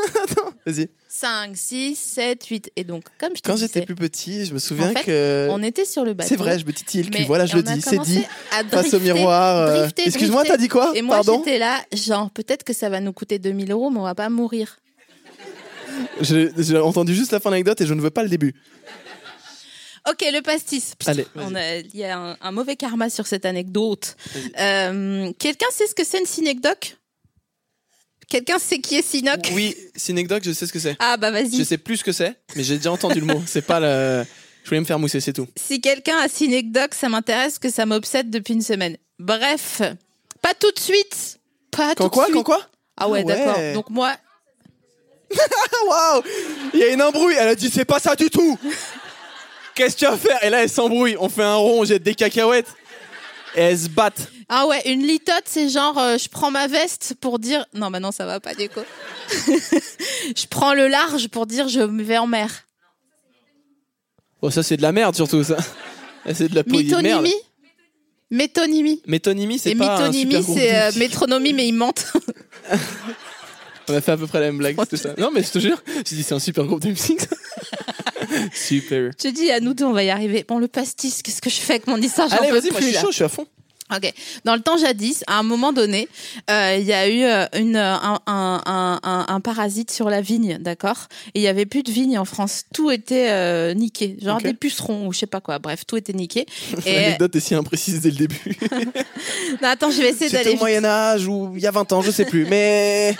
Speaker 3: Attends, vas-y.
Speaker 1: 5, 6, 7, 8 et donc comme je te
Speaker 3: Quand
Speaker 1: disais,
Speaker 3: j'étais plus petit, je me souviens
Speaker 1: En fait,
Speaker 3: que
Speaker 1: on était sur le bateau.
Speaker 3: c'est vrai, je me titille.
Speaker 1: mais
Speaker 3: Voilà, je
Speaker 1: on
Speaker 3: le
Speaker 1: a
Speaker 3: dis, c'est
Speaker 1: commencé
Speaker 3: dit.
Speaker 1: à
Speaker 3: Face au
Speaker 1: drifter,
Speaker 3: miroir. euh,
Speaker 1: drifter,
Speaker 3: Excuse-moi,
Speaker 1: drifter.
Speaker 3: t'as dit quoi
Speaker 1: Et moi,
Speaker 3: Pardon.
Speaker 1: j'étais là, genre, peut-être que ça va nous coûter 2000 euros, mais on va pas mourir.
Speaker 3: Je- J'ai entendu juste la fin de l'anecdote et je ne veux pas le début.
Speaker 1: Ok, le pastis. Psst,
Speaker 3: Allez, vas-y.
Speaker 1: on a- Il y a un, un mauvais karma sur cette anecdote.
Speaker 3: Vas-y.
Speaker 1: Euh, Quelqu'un sait ce que c'est une synecdoque Quelqu'un sait qui est Sinoc
Speaker 3: Oui, c'est une anecdote, je sais ce que c'est.
Speaker 1: Ah bah vas-y.
Speaker 3: Je sais plus ce que c'est, mais j'ai déjà entendu le mot. C'est pas le. Je voulais me faire mousser, c'est tout.
Speaker 1: Si quelqu'un a synecdoque, ça m'intéresse que ça m'obsède depuis une semaine. Bref, pas tout de suite. Pas
Speaker 3: Quand
Speaker 1: tout
Speaker 3: quoi
Speaker 1: de
Speaker 3: Quand
Speaker 1: suite.
Speaker 3: quoi
Speaker 1: ah ouais,
Speaker 3: Ah ouais.
Speaker 1: d'accord. Donc moi,
Speaker 3: Ah, Waouh Il y a une embrouille, elle a dit c'est pas ça du tout Qu'est-ce que tu vas faire Et là elle s'embrouille, on fait un rond, on jette des cacahuètes et elles se battent.
Speaker 1: ah ouais, une litote, c'est genre, euh, je prends ma veste pour dire, non, bah non, ça va pas, déco. je prends le large pour dire, je me vais en mer.
Speaker 3: Bon ça c'est de la merde surtout ça. C'est de la poésie de merde.
Speaker 1: Métonymie Métonymie.
Speaker 3: Métonymie c'est
Speaker 1: Et
Speaker 3: pas un super
Speaker 1: métonymie,
Speaker 3: groupe
Speaker 1: c'est euh,
Speaker 3: de-
Speaker 1: métronomie, mais il mente.
Speaker 3: On a fait à peu près la même blague tout ça. Non mais je te jure, j'ai dit c'est un super groupe de musique. ça. super.
Speaker 1: je te dis, à nous deux, on va y arriver. Bon, le pastis, qu'est-ce que je fais avec mon histoire J'en
Speaker 3: Allez
Speaker 1: peux
Speaker 3: vas-y, moi
Speaker 1: plus,
Speaker 3: je suis
Speaker 1: là.
Speaker 3: chaud, je suis à fond.
Speaker 1: Ok. Dans le temps jadis, à un moment donné, euh, il y a eu euh, une, euh, un, un, un- un- un parasite sur la vigne, d'accord Et il y avait plus de vigne en France. Tout était euh, niqué, genre
Speaker 3: Ok.
Speaker 1: des pucerons ou je sais pas quoi. Bref, tout était niqué. Et
Speaker 3: L'anecdote est si imprécise dès le début.
Speaker 1: non, attends, je vais essayer
Speaker 3: C'était
Speaker 1: d'aller.
Speaker 3: au Moyen-Âge ou il y a 20 ans, je sais plus. Mais.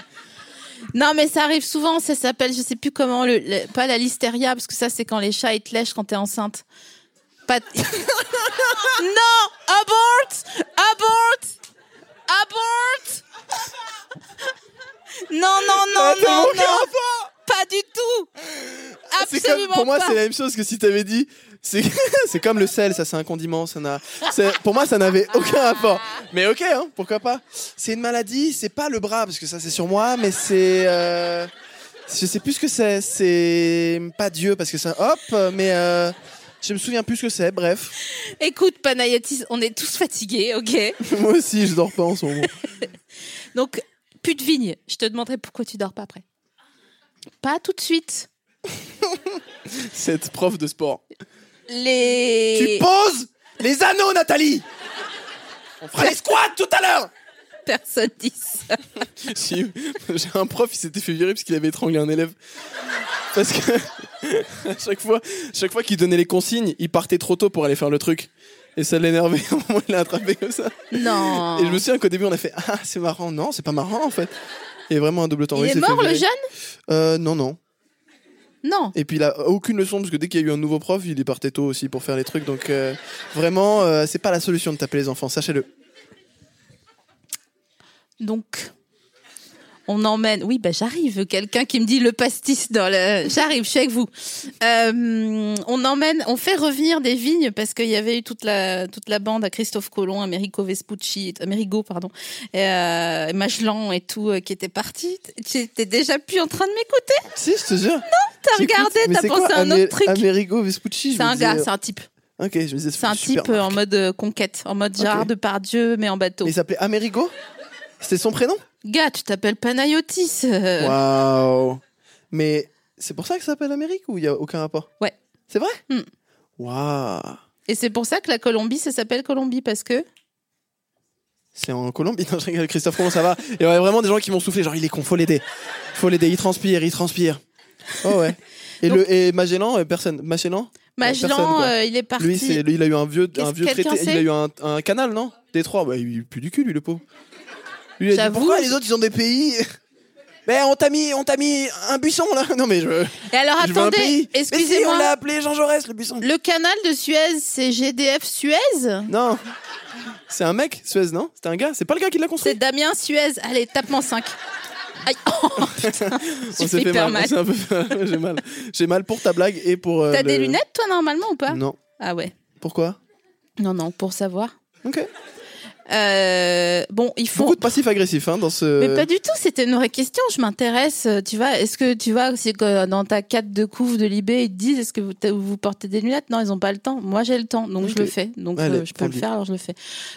Speaker 1: Non, mais ça arrive souvent. Ça s'appelle, je sais plus comment, le, le- pas la listeria, parce que ça, c'est quand les chats ils te lèchent quand t'es enceinte. Pas. non, abort, abort, abort. non, non, non,
Speaker 3: Ah, c'est
Speaker 1: non,
Speaker 3: mon Ah,
Speaker 1: non, pas du tout.
Speaker 3: C'est comme-
Speaker 1: Absolument
Speaker 3: pour moi,
Speaker 1: pas.
Speaker 3: c'est la même chose que si t'avais dit. C'est c'est comme le sel, ça c'est un condiment, ça n'a. c'est- Pour moi, ça n'avait aucun rapport. Mais ok, hein, pourquoi pas. C'est une maladie, c'est pas le bras parce que ça c'est sur moi, mais c'est. euh, Je sais plus ce que c'est. C'est pas Dieu parce que ça. Hop, mais. euh, Je me souviens plus ce que c'est. Bref,
Speaker 1: Écoute, Panayotis, on est tous fatigués, ok
Speaker 3: moi aussi, je dors pas en ce moment.
Speaker 1: Donc, plus de vigne. Je te demanderai pourquoi tu dors pas après. Pas tout de suite.
Speaker 3: Cette prof de sport.
Speaker 1: Les.
Speaker 3: Tu poses les anneaux, Nathalie. On fera les squats tout à l'heure.
Speaker 1: Personne dit ça.
Speaker 3: Si, j'ai un prof, il s'était fait virer parce qu'il avait étranglé un élève. Parce que à chaque fois, chaque fois qu'il donnait les consignes, il partait trop tôt pour aller faire le truc. Et ça l'énervait, au moment il l'a attrapé comme ça.
Speaker 1: Non.
Speaker 3: Et je me souviens qu'au début on a fait Ah c'est marrant, non c'est pas marrant en fait. Et vraiment un double temps.
Speaker 1: Il est
Speaker 3: s'est fait
Speaker 1: mort le
Speaker 3: virer.
Speaker 1: jeune
Speaker 3: Euh non non.
Speaker 1: Non.
Speaker 3: Et puis il a aucune leçon parce que dès qu'il y a eu un nouveau prof, il est parti tôt aussi pour faire les trucs. Donc euh, vraiment euh, c'est pas la solution de taper les enfants, sachez-le.
Speaker 1: Donc, on emmène. Oui, bah j'arrive. Quelqu'un qui me dit le pastis dans le. J'arrive, je suis avec vous. Euh, on emmène, on fait revenir des vignes parce qu'il y avait eu toute la toute la bande à Christophe Colomb, Amerigo Vespucci, Amerigo pardon, et, euh, et Magellan et tout euh, qui étaient partis. Tu étais déjà plus en train de m'écouter.
Speaker 3: Si je te jure.
Speaker 1: T'as
Speaker 3: J'écoute,
Speaker 1: regardé,
Speaker 3: mais
Speaker 1: t'as
Speaker 3: c'est
Speaker 1: pensé
Speaker 3: quoi,
Speaker 1: à un
Speaker 3: Amé-
Speaker 1: autre truc.
Speaker 3: Amerigo Vespucci. je
Speaker 1: C'est
Speaker 3: me
Speaker 1: un gars,
Speaker 3: disais- euh,
Speaker 1: c'est un type.
Speaker 3: Ok, je me disais.
Speaker 1: C'est un
Speaker 3: super
Speaker 1: type euh, en mode euh, conquête, en mode Gérard
Speaker 3: Ok.
Speaker 1: Depardieu, mais en bateau.
Speaker 3: Mais il s'appelait Amerigo C'était son prénom
Speaker 1: Gars, tu t'appelles Panayotis. euh,
Speaker 3: Waouh Mais c'est pour ça que ça s'appelle Amérique ou il n'y a aucun rapport
Speaker 1: Ouais.
Speaker 3: C'est vrai
Speaker 1: Hmm.
Speaker 3: Waouh
Speaker 1: Et c'est pour ça que la Colombie, ça s'appelle Colombie, parce que.
Speaker 3: C'est en Colombie Non, je rigole, Christophe, comment ça va Il y a vraiment des gens qui m'ont soufflé, genre il est con, faut l'aider. Faut l'aider, il transpire, il transpire. Oh ouais. Et,
Speaker 1: Donc-
Speaker 3: le, et Magellan, euh, personne. Magellan personne,
Speaker 1: Magellan,
Speaker 3: quoi.
Speaker 1: euh, il est parti.
Speaker 3: Lui, c'est, lui, il a eu un vieux, un
Speaker 1: Qu'est-ce-
Speaker 3: vieux
Speaker 1: quelqu'un
Speaker 3: traité. Il
Speaker 1: sait
Speaker 3: a eu un, un canal, non Détroit. Bah, il pue du cul, lui, le pauvre. Lui, il a dit,
Speaker 1: J'avoue.
Speaker 3: pourquoi les autres, ils ont des pays Mais on t'a mis, on t'a mis un buisson, là Non, mais je.
Speaker 1: Et alors,
Speaker 3: je veux un
Speaker 1: attendez,
Speaker 3: pays. Mais si, on l'a
Speaker 1: excusez-moi.
Speaker 3: appelé Jean Jaurès, le buisson.
Speaker 1: Le canal de Suez, c'est GDF Suez
Speaker 3: Non. C'est un mec, Suez, non C'était un gars C'est pas le gars qui l'a
Speaker 1: C'est
Speaker 3: construit
Speaker 1: Damien Suez. Allez, tape-moi 5. Aïe, oh,
Speaker 3: Euh,
Speaker 1: putain,
Speaker 3: On
Speaker 1: tu
Speaker 3: s'est
Speaker 1: fais
Speaker 3: fait
Speaker 1: hyper
Speaker 3: mal.
Speaker 1: mal.
Speaker 3: on s'est un peu fait- J'ai mal. J'ai mal pour ta blague et pour. euh,
Speaker 1: T'as des
Speaker 3: le-
Speaker 1: lunettes, toi, normalement, ou pas
Speaker 3: Non.
Speaker 1: Ah ouais.
Speaker 3: Pourquoi
Speaker 1: Non, non, pour savoir.
Speaker 3: Ok.
Speaker 1: Euh, bon, il faut.
Speaker 3: Beaucoup de passif agressif hein, dans ce.
Speaker 1: Mais pas du tout, c'était une vraie question. Je m'intéresse, euh, tu vois. Est-ce que tu vois, c'est que dans ta carte de couve de l'IB, ils te disent est-ce que vous, t'as- vous portez des lunettes Non, ils n'ont pas le temps. Moi, j'ai le temps, donc
Speaker 3: Ok.
Speaker 1: je le fais. Donc,
Speaker 3: Allez,
Speaker 1: euh, je peux le
Speaker 3: tant pis.
Speaker 1: faire, alors je le fais.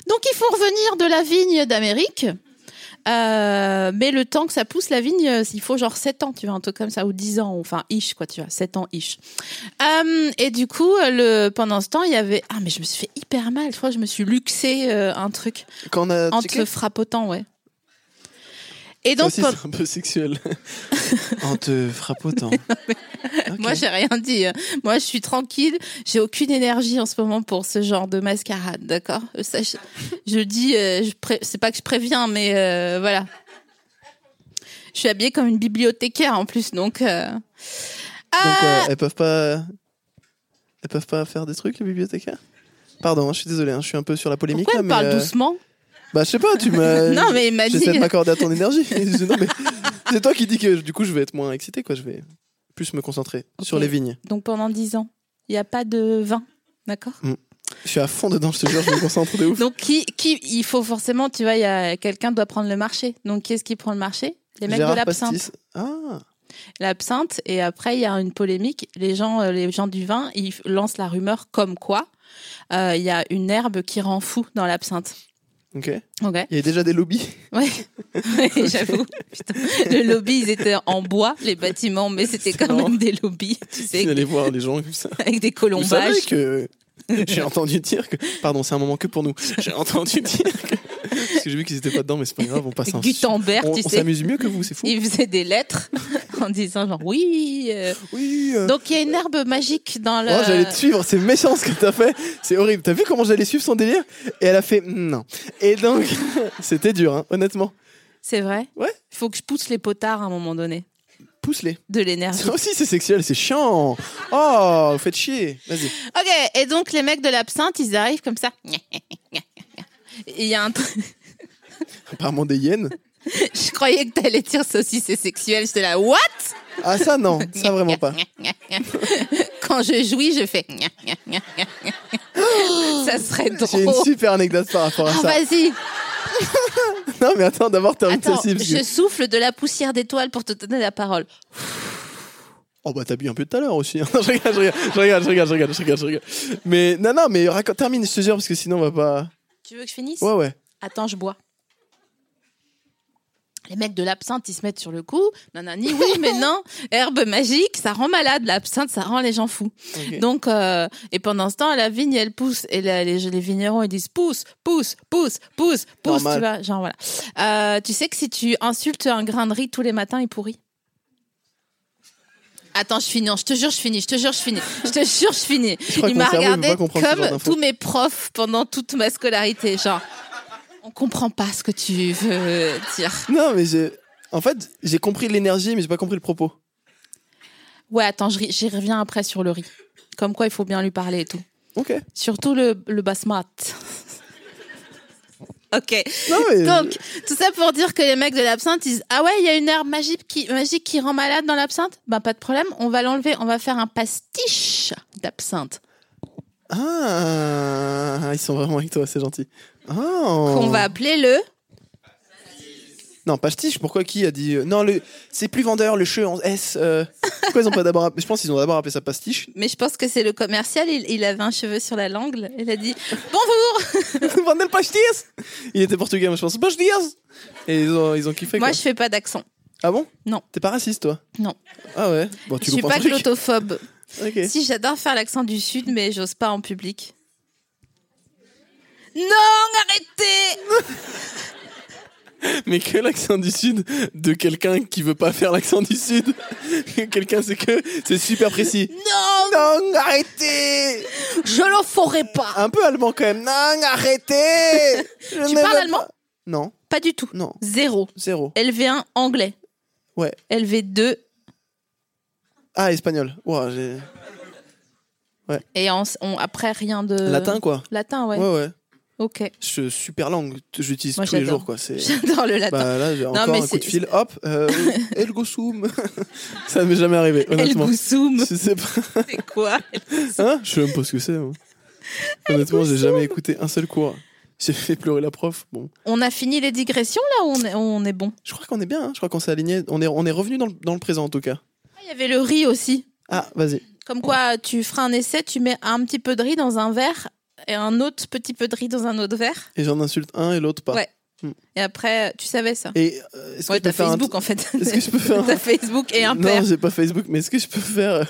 Speaker 1: Donc, il faut revenir de la vigne d'Amérique. Euh, mais le temps que ça pousse la vigne, euh, il faut genre 7 ans, tu vois, un truc comme ça, ou 10 ans, enfin, ish, quoi, tu vois, 7 ans, ish. Euh, et du coup, euh, le, pendant ce temps, il y avait. Ah, mais je me suis fait hyper mal, je crois, que je me suis luxé euh, un truc
Speaker 3: Quand on a.
Speaker 1: en
Speaker 3: checké-
Speaker 1: te frappotant, ouais. Et
Speaker 3: Ça
Speaker 1: donc,
Speaker 3: aussi,
Speaker 1: pen-
Speaker 3: c'est un peu sexuel. en te frappotant. Ok.
Speaker 1: moi, j'ai rien dit. hein. Moi, je suis tranquille. J'ai aucune énergie en ce moment pour ce genre de mascarade, d'accord Ça, je, je dis, euh, je pré- c'est pas que je préviens, mais euh, voilà. Je suis habillée comme une bibliothécaire en plus, donc. euh.
Speaker 3: Donc
Speaker 1: Ah
Speaker 3: euh, elles peuvent pas elles peuvent pas faire des trucs les bibliothécaires Pardon, hein, je suis désolé, hein, je suis un peu sur la polémique
Speaker 1: Pourquoi elle
Speaker 3: là,
Speaker 1: me parle
Speaker 3: mais, euh,
Speaker 1: doucement
Speaker 3: Bah je sais pas, tu m'as
Speaker 1: Non, mais il m'a dit.
Speaker 3: j'essaie de m'accorder à ton énergie. Je- non, mais c'est toi qui dis que du coup je vais être moins excité quoi, je vais plus me concentrer sur
Speaker 1: Ok.
Speaker 3: les vignes.
Speaker 1: euh, Donc pendant 10 ans, il n'y a pas de vin, d'accord
Speaker 3: Je suis à fond dedans, je te jure, je me concentre de ouf.
Speaker 1: Donc qui, qui, il faut forcément, tu vois, il y a quelqu'un doit prendre le marché. Donc qui est-ce qui prend le marché Les mecs
Speaker 3: Gérard
Speaker 1: de l'absinthe.
Speaker 3: Pastis. Ah,
Speaker 1: L'absinthe. Et après, il y a une polémique. Les gens, euh, les gens du vin, ils f- lancent la rumeur comme quoi euh, il y a une herbe qui rend fou dans l'absinthe.
Speaker 3: OK. Il
Speaker 1: Ok.
Speaker 3: y a déjà des lobbies.
Speaker 1: Ouais. Ouais, J'avoue. Putain. Le lobby, ils étaient en bois, les bâtiments, mais c'était
Speaker 3: C'est
Speaker 1: quand
Speaker 3: marrant.
Speaker 1: même des lobbies, tu sais,
Speaker 3: Allez voir les gens comme ça.
Speaker 1: avec des
Speaker 3: Vous savez
Speaker 1: colombages.
Speaker 3: que J'ai entendu dire que. Pardon, c'est un moment que pour nous. J'ai entendu dire que. Parce que j'ai vu qu'ils étaient pas dedans, mais c'est pas grave, on passe un.
Speaker 1: Gutenberg,
Speaker 3: On,
Speaker 1: tu
Speaker 3: on
Speaker 1: sais.
Speaker 3: s'amuse mieux que vous, c'est fou.
Speaker 1: Il faisait des lettres en disant genre oui. euh.
Speaker 3: Oui. euh,
Speaker 1: Donc il y a une herbe magique dans le.
Speaker 3: Oh, j'allais te suivre, c'est méchant ce que t'as fait, c'est horrible. T'as vu comment j'allais suivre son délire Et elle a fait hmm, non. Et donc, c'était dur, hein, honnêtement.
Speaker 1: C'est vrai.
Speaker 3: Ouais.
Speaker 1: Il faut que je pousse les potards à un moment donné.
Speaker 3: Pousse-les.
Speaker 1: De l'énergie.
Speaker 3: Ça aussi, c'est sexuel, c'est chiant. Oh, vous faites chier. Vas-y.
Speaker 1: Ok, et donc les mecs de l'absinthe, ils arrivent comme ça. Il y a un truc-
Speaker 3: Apparemment des hyènes.
Speaker 1: Je croyais que t'allais dire ça aussi, c'est sexuel. J'étais là, what
Speaker 3: Ah, ça, non, ça vraiment pas.
Speaker 1: Quand je jouis, je fais. ça serait
Speaker 3: J'ai une
Speaker 1: drôle.
Speaker 3: super anecdote par rapport à
Speaker 1: Oh. Ah,
Speaker 3: ça.
Speaker 1: vas-y,
Speaker 3: Non, mais attends, d'abord, termine
Speaker 1: attends,
Speaker 3: celle-ci. parce que-
Speaker 1: je souffle de la poussière d'étoile pour te donner la parole.
Speaker 3: Oh, bah, t'as bu un peu tout à l'heure aussi. Non, je rigole, je rigole, je rigole, je rigole, je rigole, je rigole, je rigole. Mais non, non, mais raconte, termine, je te jure, parce que sinon, on va pas.
Speaker 1: Tu veux que je finisse
Speaker 3: Ouais, ouais.
Speaker 1: Attends, je bois. Les mecs de l'absinthe, ils se mettent sur le cou. Nanani, oui, mais non. Herbe magique, ça rend malade. L'absinthe, ça rend les gens fous.
Speaker 3: Ok.
Speaker 1: Donc, euh, et pendant ce temps, la vigne, elle pousse. Et là, les, les vignerons, ils disent pousse, pousse, pousse, pousse, pousse.
Speaker 3: Normal.
Speaker 1: Tu vois, genre voilà. Euh, tu sais que si tu insultes un grain de riz tous les matins, il pourrit. Attends, je finis. Non, je te jure, je finis. Je te jure, je finis. Je te jure, je finis.
Speaker 3: crois
Speaker 1: Il
Speaker 3: que mon
Speaker 1: m'a
Speaker 3: cerveau, il veut
Speaker 1: regardé
Speaker 3: pas comprendre ce genre
Speaker 1: comme
Speaker 3: d'infos.
Speaker 1: tous mes profs pendant toute ma scolarité. Genre, on comprend pas ce que tu veux dire.
Speaker 3: Non, mais je- en fait, j'ai compris l'énergie, mais j'ai pas compris le propos.
Speaker 1: Ouais, attends, je ri- j'y reviens après sur le riz. Comme quoi, il faut bien lui parler et tout.
Speaker 3: Ok.
Speaker 1: Surtout le, le basmat. ok.
Speaker 3: Non, mais.
Speaker 1: Donc, tout ça pour dire que les mecs de l'absinthe ils disent Ah ouais, il y a une herbe magique qui, magique qui rend malade dans l'absinthe Ben, pas de problème, on va l'enlever, on va faire un pastiche d'absinthe
Speaker 3: Ah, ils sont vraiment avec toi, c'est gentil. Ah.
Speaker 1: qu'on va appeler le.
Speaker 3: Non, pastiche, pourquoi qui a dit. euh, Non, le... c'est plus vendeur, le che en S. euh, Pourquoi ils ont pas d'abord. app- Je pense qu'ils ont d'abord appelé ça pastiche.
Speaker 1: Mais je pense que c'est le commercial, il, il avait un cheveu sur la langue. Il a dit Bonjour
Speaker 3: Vendez le pastiche Il était portugais, moi je pense. Pastiche Et ils ont, ils ont kiffé.
Speaker 1: Moi,
Speaker 3: quoi.
Speaker 1: je fais pas d'accent.
Speaker 3: Ah bon
Speaker 1: Non.
Speaker 3: T'es pas raciste, toi
Speaker 1: Non.
Speaker 3: Ah ouais Bon,
Speaker 1: Je
Speaker 3: tu
Speaker 1: suis
Speaker 3: comprends
Speaker 1: pas
Speaker 3: le truc.
Speaker 1: glotophobe.
Speaker 3: Ok.
Speaker 1: Si, j'adore faire l'accent du Sud, mais j'ose pas en public. Non, arrêtez
Speaker 3: Mais que l'accent du Sud de quelqu'un qui veut pas faire l'accent du Sud. quelqu'un, c'est que. C'est super précis.
Speaker 1: Non,
Speaker 3: Non, arrêtez
Speaker 1: je le ferai pas
Speaker 3: Un peu allemand quand même. Non, arrêtez Je
Speaker 1: Tu
Speaker 3: ne
Speaker 1: parles
Speaker 3: veux
Speaker 1: allemand
Speaker 3: pas. Non,
Speaker 1: Pas du tout.
Speaker 3: non,
Speaker 1: Zéro.
Speaker 3: zéro.
Speaker 1: LV1 anglais.
Speaker 3: Ouais.
Speaker 1: LV2
Speaker 3: Ah, espagnol. Ouah, j'ai-
Speaker 1: et en- on- après rien de.
Speaker 3: Latin quoi.
Speaker 1: Latin, Euh, ouais.
Speaker 3: Ouais, ouais.
Speaker 1: Ok.
Speaker 3: Je, super langue. T- J'utilise
Speaker 1: Moi,
Speaker 3: tous les
Speaker 1: j'adore.
Speaker 3: jours quoi. C'est.
Speaker 1: J'adore le latin.
Speaker 3: Bah là, j'ai encore
Speaker 1: mais
Speaker 3: un coup de
Speaker 1: c'est-
Speaker 3: fil. Hop, euh, Elgo Sum. Ça m'est jamais arrivé,
Speaker 1: El
Speaker 3: honnêtement.
Speaker 1: Goussoum,
Speaker 3: Je sais pas.
Speaker 1: c'est quoi
Speaker 3: Hein Je sais même pas ce que c'est. moi. Honnêtement, j'ai jamais écouté un seul cours. J'ai fait pleurer la prof. Bon,
Speaker 1: On a fini les digressions là ou on est, on est bon
Speaker 3: je crois qu'on est bien. hein. Je crois qu'on s'est aligné. On est, on est revenu dans le, dans le présent en tout cas.
Speaker 1: Ah, Il y avait le riz aussi.
Speaker 3: Ah, vas-y.
Speaker 1: Comme quoi, tu feras un essai, tu mets un petit peu de riz dans un verre et un autre petit peu de riz dans un autre verre.
Speaker 3: Et j'en insulte un et l'autre pas.
Speaker 1: Ouais. Et après, tu savais ça.
Speaker 3: Et euh, est-ce que
Speaker 1: Ouais,
Speaker 3: je
Speaker 1: t'as
Speaker 3: peux faire un
Speaker 1: Facebook en fait.
Speaker 3: Est-ce que je peux faire un-
Speaker 1: T'as Facebook et un
Speaker 3: Non,
Speaker 1: père.
Speaker 3: j'ai pas Facebook, mais est-ce que je peux faire. euh,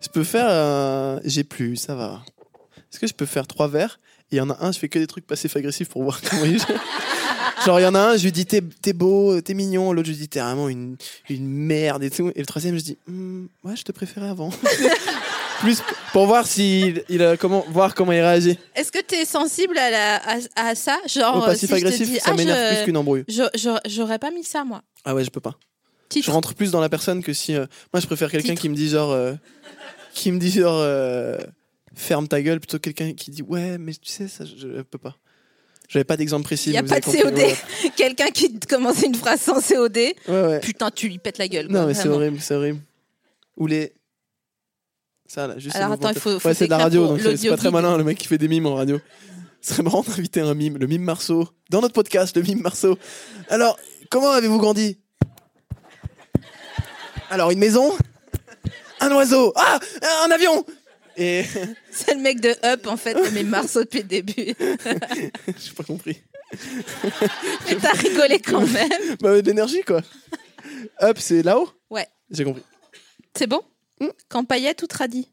Speaker 3: Je peux faire. un- J'ai plus, ça va. Est-ce que je peux faire trois verres Et il y en a un, je fais que des trucs passifs-agressifs pour voir comment il Genre, il y en a un, je lui dis t'es t'es beau, t'es mignon. L'autre, je lui dis t'es vraiment une, une merde et tout. Et le troisième, je dis Hmm, ouais, je te préférais avant. plus pour voir s'il il a comment voir comment il réagit.
Speaker 1: Est-ce que t'es sensible à, la, à, à ça
Speaker 3: Au
Speaker 1: Genre, euh, si je te
Speaker 3: passif-agressif,
Speaker 1: dis,
Speaker 3: ça
Speaker 1: ah,
Speaker 3: m'énerve
Speaker 1: je-
Speaker 3: plus qu'une embrouille.
Speaker 1: Je- je- J'aurais pas mis ça, moi.
Speaker 3: Ah ouais, je peux pas. je
Speaker 1: Titre.
Speaker 3: rentre plus dans la personne que si euh, moi je préfère quelqu'un
Speaker 1: Titre.
Speaker 3: qui me dit genre euh, qui me dit genre euh, ferme ta gueule plutôt que quelqu'un qui dit ouais mais tu sais ça je, je peux pas j'avais pas d'exemple précis
Speaker 1: Il n'y a
Speaker 3: mais vous
Speaker 1: pas
Speaker 3: avez
Speaker 1: de
Speaker 3: compris,
Speaker 1: COD. Quelqu'un qui te commence une phrase sans COD,
Speaker 3: ouais, ouais.
Speaker 1: putain, tu lui pètes la gueule. quoi,
Speaker 3: non mais c'est
Speaker 1: vraiment.
Speaker 3: horrible c'est horrible ou les ça là juste
Speaker 1: Alors,
Speaker 3: le mouvement
Speaker 1: attends, il faut-
Speaker 3: de-
Speaker 1: faut
Speaker 3: ouais, c'est de la
Speaker 1: décrire
Speaker 3: radio
Speaker 1: pour
Speaker 3: donc c'est c'est pas très
Speaker 1: l'audio-guide.
Speaker 3: malin le mec qui fait des mimes en radio ce serait marrant d'inviter un mime le mime Marceau dans notre podcast le mime Marceau alors comment avez-vous grandi alors une maison un oiseau ah un avion et
Speaker 1: C'est le mec de Up, en fait, mais Marceau depuis le début.
Speaker 3: j'ai pas compris
Speaker 1: Mais t'as rigolé quand même.
Speaker 3: bah mais de l'énergie quoi hop c'est là-haut
Speaker 1: Ouais.
Speaker 3: j'ai compris
Speaker 1: C'est bon
Speaker 3: Hmm.
Speaker 1: Campaillette ou tradit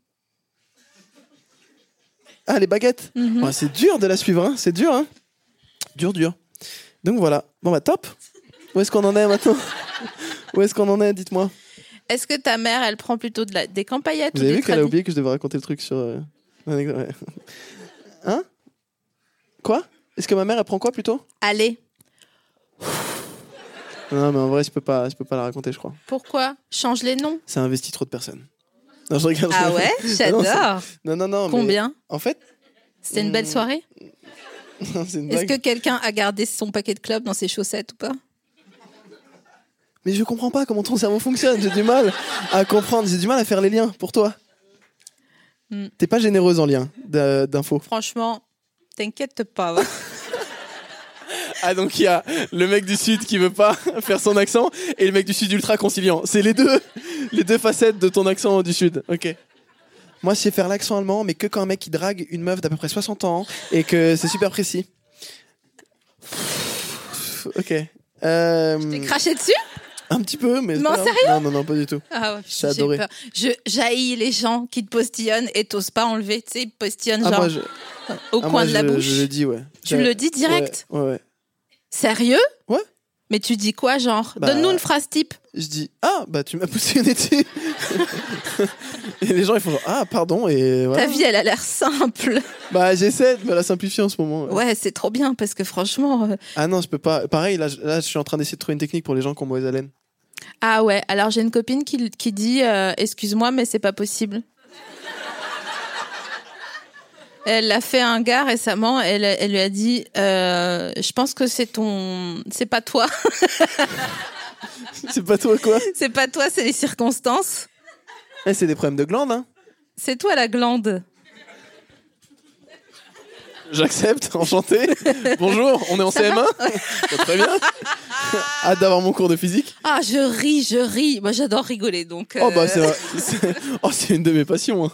Speaker 3: Ah, les baguettes
Speaker 1: Mhm.
Speaker 3: Ouais, C'est dur de la suivre, hein. c'est dur. Hein. Dur, dur. Donc voilà. Bon bah top. Où est-ce qu'on en est maintenant Où est-ce qu'on en est Dites-moi.
Speaker 1: Est-ce que ta mère, elle prend plutôt de la... des campagnettes
Speaker 3: Vous
Speaker 1: ou
Speaker 3: avez
Speaker 1: des
Speaker 3: vu qu'elle a
Speaker 1: tradis-
Speaker 3: oublié que je devais raconter le truc sur. euh, l'anecdote, ouais. Hein Quoi Est-ce que ma mère elle prend quoi plutôt
Speaker 1: Allez,
Speaker 3: Non mais en vrai je peux pas, je peux pas la raconter je crois.
Speaker 1: pourquoi Change les noms.
Speaker 3: Ça investit trop de personnes. Non je regarde.
Speaker 1: Ah ouais, j'adore.
Speaker 3: Non non non. mais
Speaker 1: Combien
Speaker 3: En fait.
Speaker 1: C'était une belle
Speaker 3: Hmm.
Speaker 1: soirée
Speaker 3: c'est une
Speaker 1: Est-ce
Speaker 3: blague.
Speaker 1: que quelqu'un a gardé son paquet de club dans ses chaussettes ou pas
Speaker 3: Mais je comprends pas comment ton cerveau fonctionne. J'ai du mal à comprendre. J'ai du mal à faire les liens pour toi.
Speaker 1: Hmm.
Speaker 3: T'es pas généreuse en lien d'a- d'infos.
Speaker 1: Franchement, t'inquiète pas. va.
Speaker 3: Ah donc il y a le mec du sud qui veut pas faire son accent et le mec du sud ultra conciliant. C'est les deux, les deux facettes de ton accent du sud. Ok. Moi, je sais faire l'accent allemand, mais que quand un mec qui drague une meuf d'à peu près 60 ans et que c'est super précis. Ok. Euh,
Speaker 1: T'es craché dessus
Speaker 3: un petit peu, mais. c'est
Speaker 1: Non,
Speaker 3: pas grave. Non, non, non, pas du tout.
Speaker 1: Ah ouais,
Speaker 3: J'ai
Speaker 1: j'ai
Speaker 3: adoré.
Speaker 1: peur. Je jaillis les gens qui te postillonnent et t'oses pas enlever. Tu sais, ils te postillonnent
Speaker 3: Ah,
Speaker 1: genre
Speaker 3: moi, je,
Speaker 1: au coin
Speaker 3: ah, moi,
Speaker 1: de la
Speaker 3: je-
Speaker 1: bouche.
Speaker 3: je le dis, ouais.
Speaker 1: Tu
Speaker 3: Je-
Speaker 1: le dis direct
Speaker 3: Ouais, ouais, ouais.
Speaker 1: Sérieux
Speaker 3: Ouais.
Speaker 1: Mais tu dis quoi, genre
Speaker 3: Bah-
Speaker 1: Donne-nous une phrase type.
Speaker 3: Je dis Ah, bah, tu m'as poussé une dessus. et les gens, ils font genre, Ah, pardon, et voilà.
Speaker 1: Ta vie, elle a l'air simple.
Speaker 3: Bah j'essaie de me la simplifier en ce moment. ouais.
Speaker 1: Ouais, c'est trop bien parce que franchement. euh,
Speaker 3: Ah non, je peux pas. Pareil, là, je- là, je suis en train d'essayer de trouver une technique pour les gens qui ont mauvaise haleine.
Speaker 1: Ah ouais, alors j'ai une copine qui, qui dit euh, Excuse-moi, mais c'est pas possible. Elle l'a fait à un gars récemment, elle, elle lui a dit euh, Je pense que c'est ton. C'est pas toi.
Speaker 3: c'est pas toi quoi
Speaker 1: C'est pas toi, c'est les circonstances.
Speaker 3: Eh, C'est des problèmes de glandes, hein
Speaker 1: C'est toi la glande.
Speaker 3: J'accepte, enchanté. Bonjour, on est en CM1 Bah, Très bien. Hâte d'avoir mon cours de physique.
Speaker 1: Ah, je ris, je ris. Moi, j'adore rigoler, donc.
Speaker 3: Oh
Speaker 1: euh,
Speaker 3: bah c'est vrai. C'est- oh, c'est une de mes passions. hein.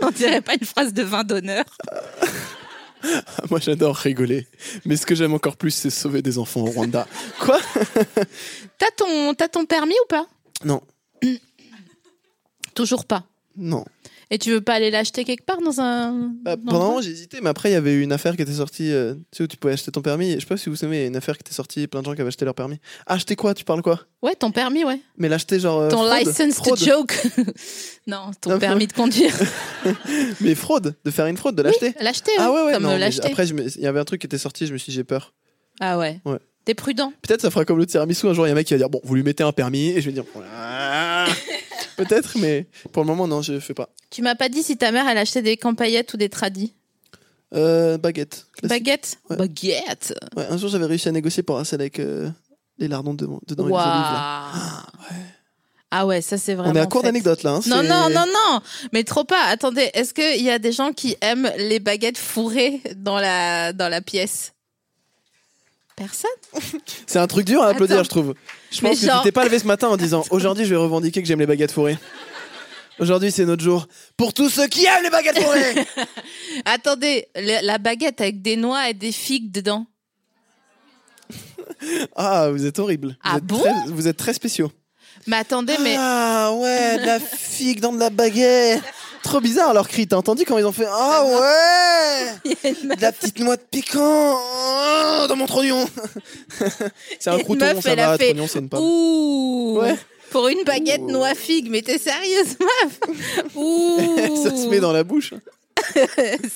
Speaker 1: On dirait pas une phrase de vin d'honneur.
Speaker 3: Ah, Moi j'adore rigoler. Mais ce que j'aime encore plus, c'est sauver des enfants au Rwanda. Quoi
Speaker 1: T'as ton, t'as ton permis ou pas
Speaker 3: Non,
Speaker 1: Toujours pas.
Speaker 3: non.
Speaker 1: Et tu veux pas aller l'acheter quelque part dans un.
Speaker 3: Bah,
Speaker 1: dans
Speaker 3: pendant un
Speaker 1: un-
Speaker 3: moment, j'ai hésité, mais après, il y avait une affaire qui était sortie. euh, tu sais, où tu pouvais acheter ton permis. Je sais pas si vous savez, il y a une affaire qui était sortie, plein de gens qui avaient acheté leur permis. Acheter quoi Tu parles quoi
Speaker 1: Ouais, ton permis, ouais.
Speaker 3: Mais l'acheter genre. euh,
Speaker 1: ton
Speaker 3: fraude,
Speaker 1: license
Speaker 3: fraude.
Speaker 1: to joke. non, ton
Speaker 3: Non,
Speaker 1: permis de conduire.
Speaker 3: Mais fraude, de faire une fraude, de l'acheter.
Speaker 1: L'acheter, hein,
Speaker 3: Ah ouais, ouais,
Speaker 1: comme
Speaker 3: non, mais
Speaker 1: l'acheter.
Speaker 3: Après, je me- il y avait un truc qui était sorti, je me suis dit, j'ai peur.
Speaker 1: Ah ouais.
Speaker 3: Ouais.
Speaker 1: T'es prudent.
Speaker 3: Peut-être ça fera comme le tiramisu, un jour, il y a un mec qui va dire, bon, vous lui mettez un permis, et je vais dire, Ah. peut-être, mais pour le moment, non, je fais pas.
Speaker 1: Tu m'as pas dit si ta mère, elle achetait des campagnettes ou des tradis.
Speaker 3: Euh, baguette. Classique.
Speaker 1: Baguettes
Speaker 3: Ouais.
Speaker 1: Baguettes
Speaker 3: Ouais, un jour, j'avais réussi à négocier pour un sel avec euh, les lardons de, dedans et
Speaker 1: Waouh.
Speaker 3: les olives. là.
Speaker 1: Ah ouais, ça c'est vraiment.
Speaker 3: On est à court
Speaker 1: fait.
Speaker 3: d'anecdotes là. hein,
Speaker 1: Non,
Speaker 3: c'est-
Speaker 1: non, non, non, mais trop pas. Attendez, est-ce qu'il y a des gens qui aiment les baguettes fourrées dans la, dans la pièce Personne
Speaker 3: C'est un truc dur à applaudir,
Speaker 1: Attends.
Speaker 3: je trouve. Je
Speaker 1: Mais
Speaker 3: pense que
Speaker 1: genre-
Speaker 3: tu t'es pas levé ce matin en disant aujourd'hui je vais revendiquer que j'aime les baguettes fourrées. Aujourd'hui c'est notre jour. Pour tous ceux qui aiment les baguettes fourrées
Speaker 1: Attendez, le- la baguette avec des noix et des figues dedans.
Speaker 3: Ah, vous êtes horrible.
Speaker 1: Ah
Speaker 3: vous êtes
Speaker 1: bon
Speaker 3: très, Vous êtes très spéciaux.
Speaker 1: Mais attendez, mais
Speaker 3: Ah ouais, de la figue dans de la baguette Trop bizarre leur cri, t'as entendu quand ils ont fait Ah ouais De la petite noix de piquant Oh, dans mon trognon C'est un
Speaker 1: Une
Speaker 3: crouton,
Speaker 1: meuf,
Speaker 3: ça
Speaker 1: elle a
Speaker 3: va,
Speaker 1: fait
Speaker 3: trognon c'est une pomme.
Speaker 1: ouh
Speaker 3: Ouais.
Speaker 1: Pour une baguette
Speaker 3: Ouh.
Speaker 1: noix figue, mais t'es sérieuse, meuf Ouh
Speaker 3: Ça se met dans la bouche.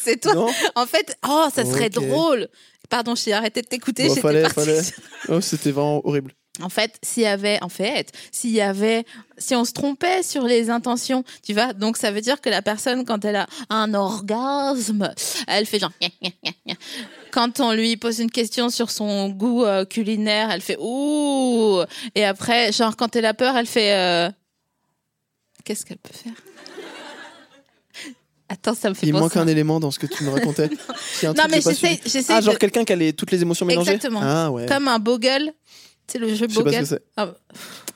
Speaker 1: C'est toi.
Speaker 3: Non
Speaker 1: En fait, oh, ça serait
Speaker 3: Ok.
Speaker 1: drôle. Pardon, j'ai arrêté de t'écouter.
Speaker 3: Bon,
Speaker 1: j'étais
Speaker 3: fallait,
Speaker 1: partie
Speaker 3: fallait.
Speaker 1: sur-
Speaker 3: Oh, c'était vraiment horrible.
Speaker 1: En fait, s'il y avait, en fait, s'il y avait, si on se trompait sur les intentions, tu vois, donc ça veut dire que la personne, quand elle a un orgasme, elle fait genre. gna, gna, gna, gna. Quand on lui pose une question sur son goût euh, culinaire, elle fait ouh. Et après, genre quand elle a peur, elle fait. euh, Qu'est-ce qu'elle peut faire Attends, ça me fait
Speaker 3: Il
Speaker 1: penser
Speaker 3: manque
Speaker 1: à-
Speaker 3: un élément dans ce que tu me racontais. Il y a un
Speaker 1: Non
Speaker 3: truc que
Speaker 1: mais
Speaker 3: j'ai pas
Speaker 1: j'essaie,
Speaker 3: suivi.
Speaker 1: j'essaie
Speaker 3: Ah, genre
Speaker 1: de-
Speaker 3: quelqu'un qui a les- toutes les émotions mélangées
Speaker 1: Exactement.
Speaker 3: Ah ouais.
Speaker 1: comme un bogle. C'est le jeu
Speaker 3: Je sais pas ce
Speaker 1: bogle.
Speaker 3: que c'est.
Speaker 1: Ah,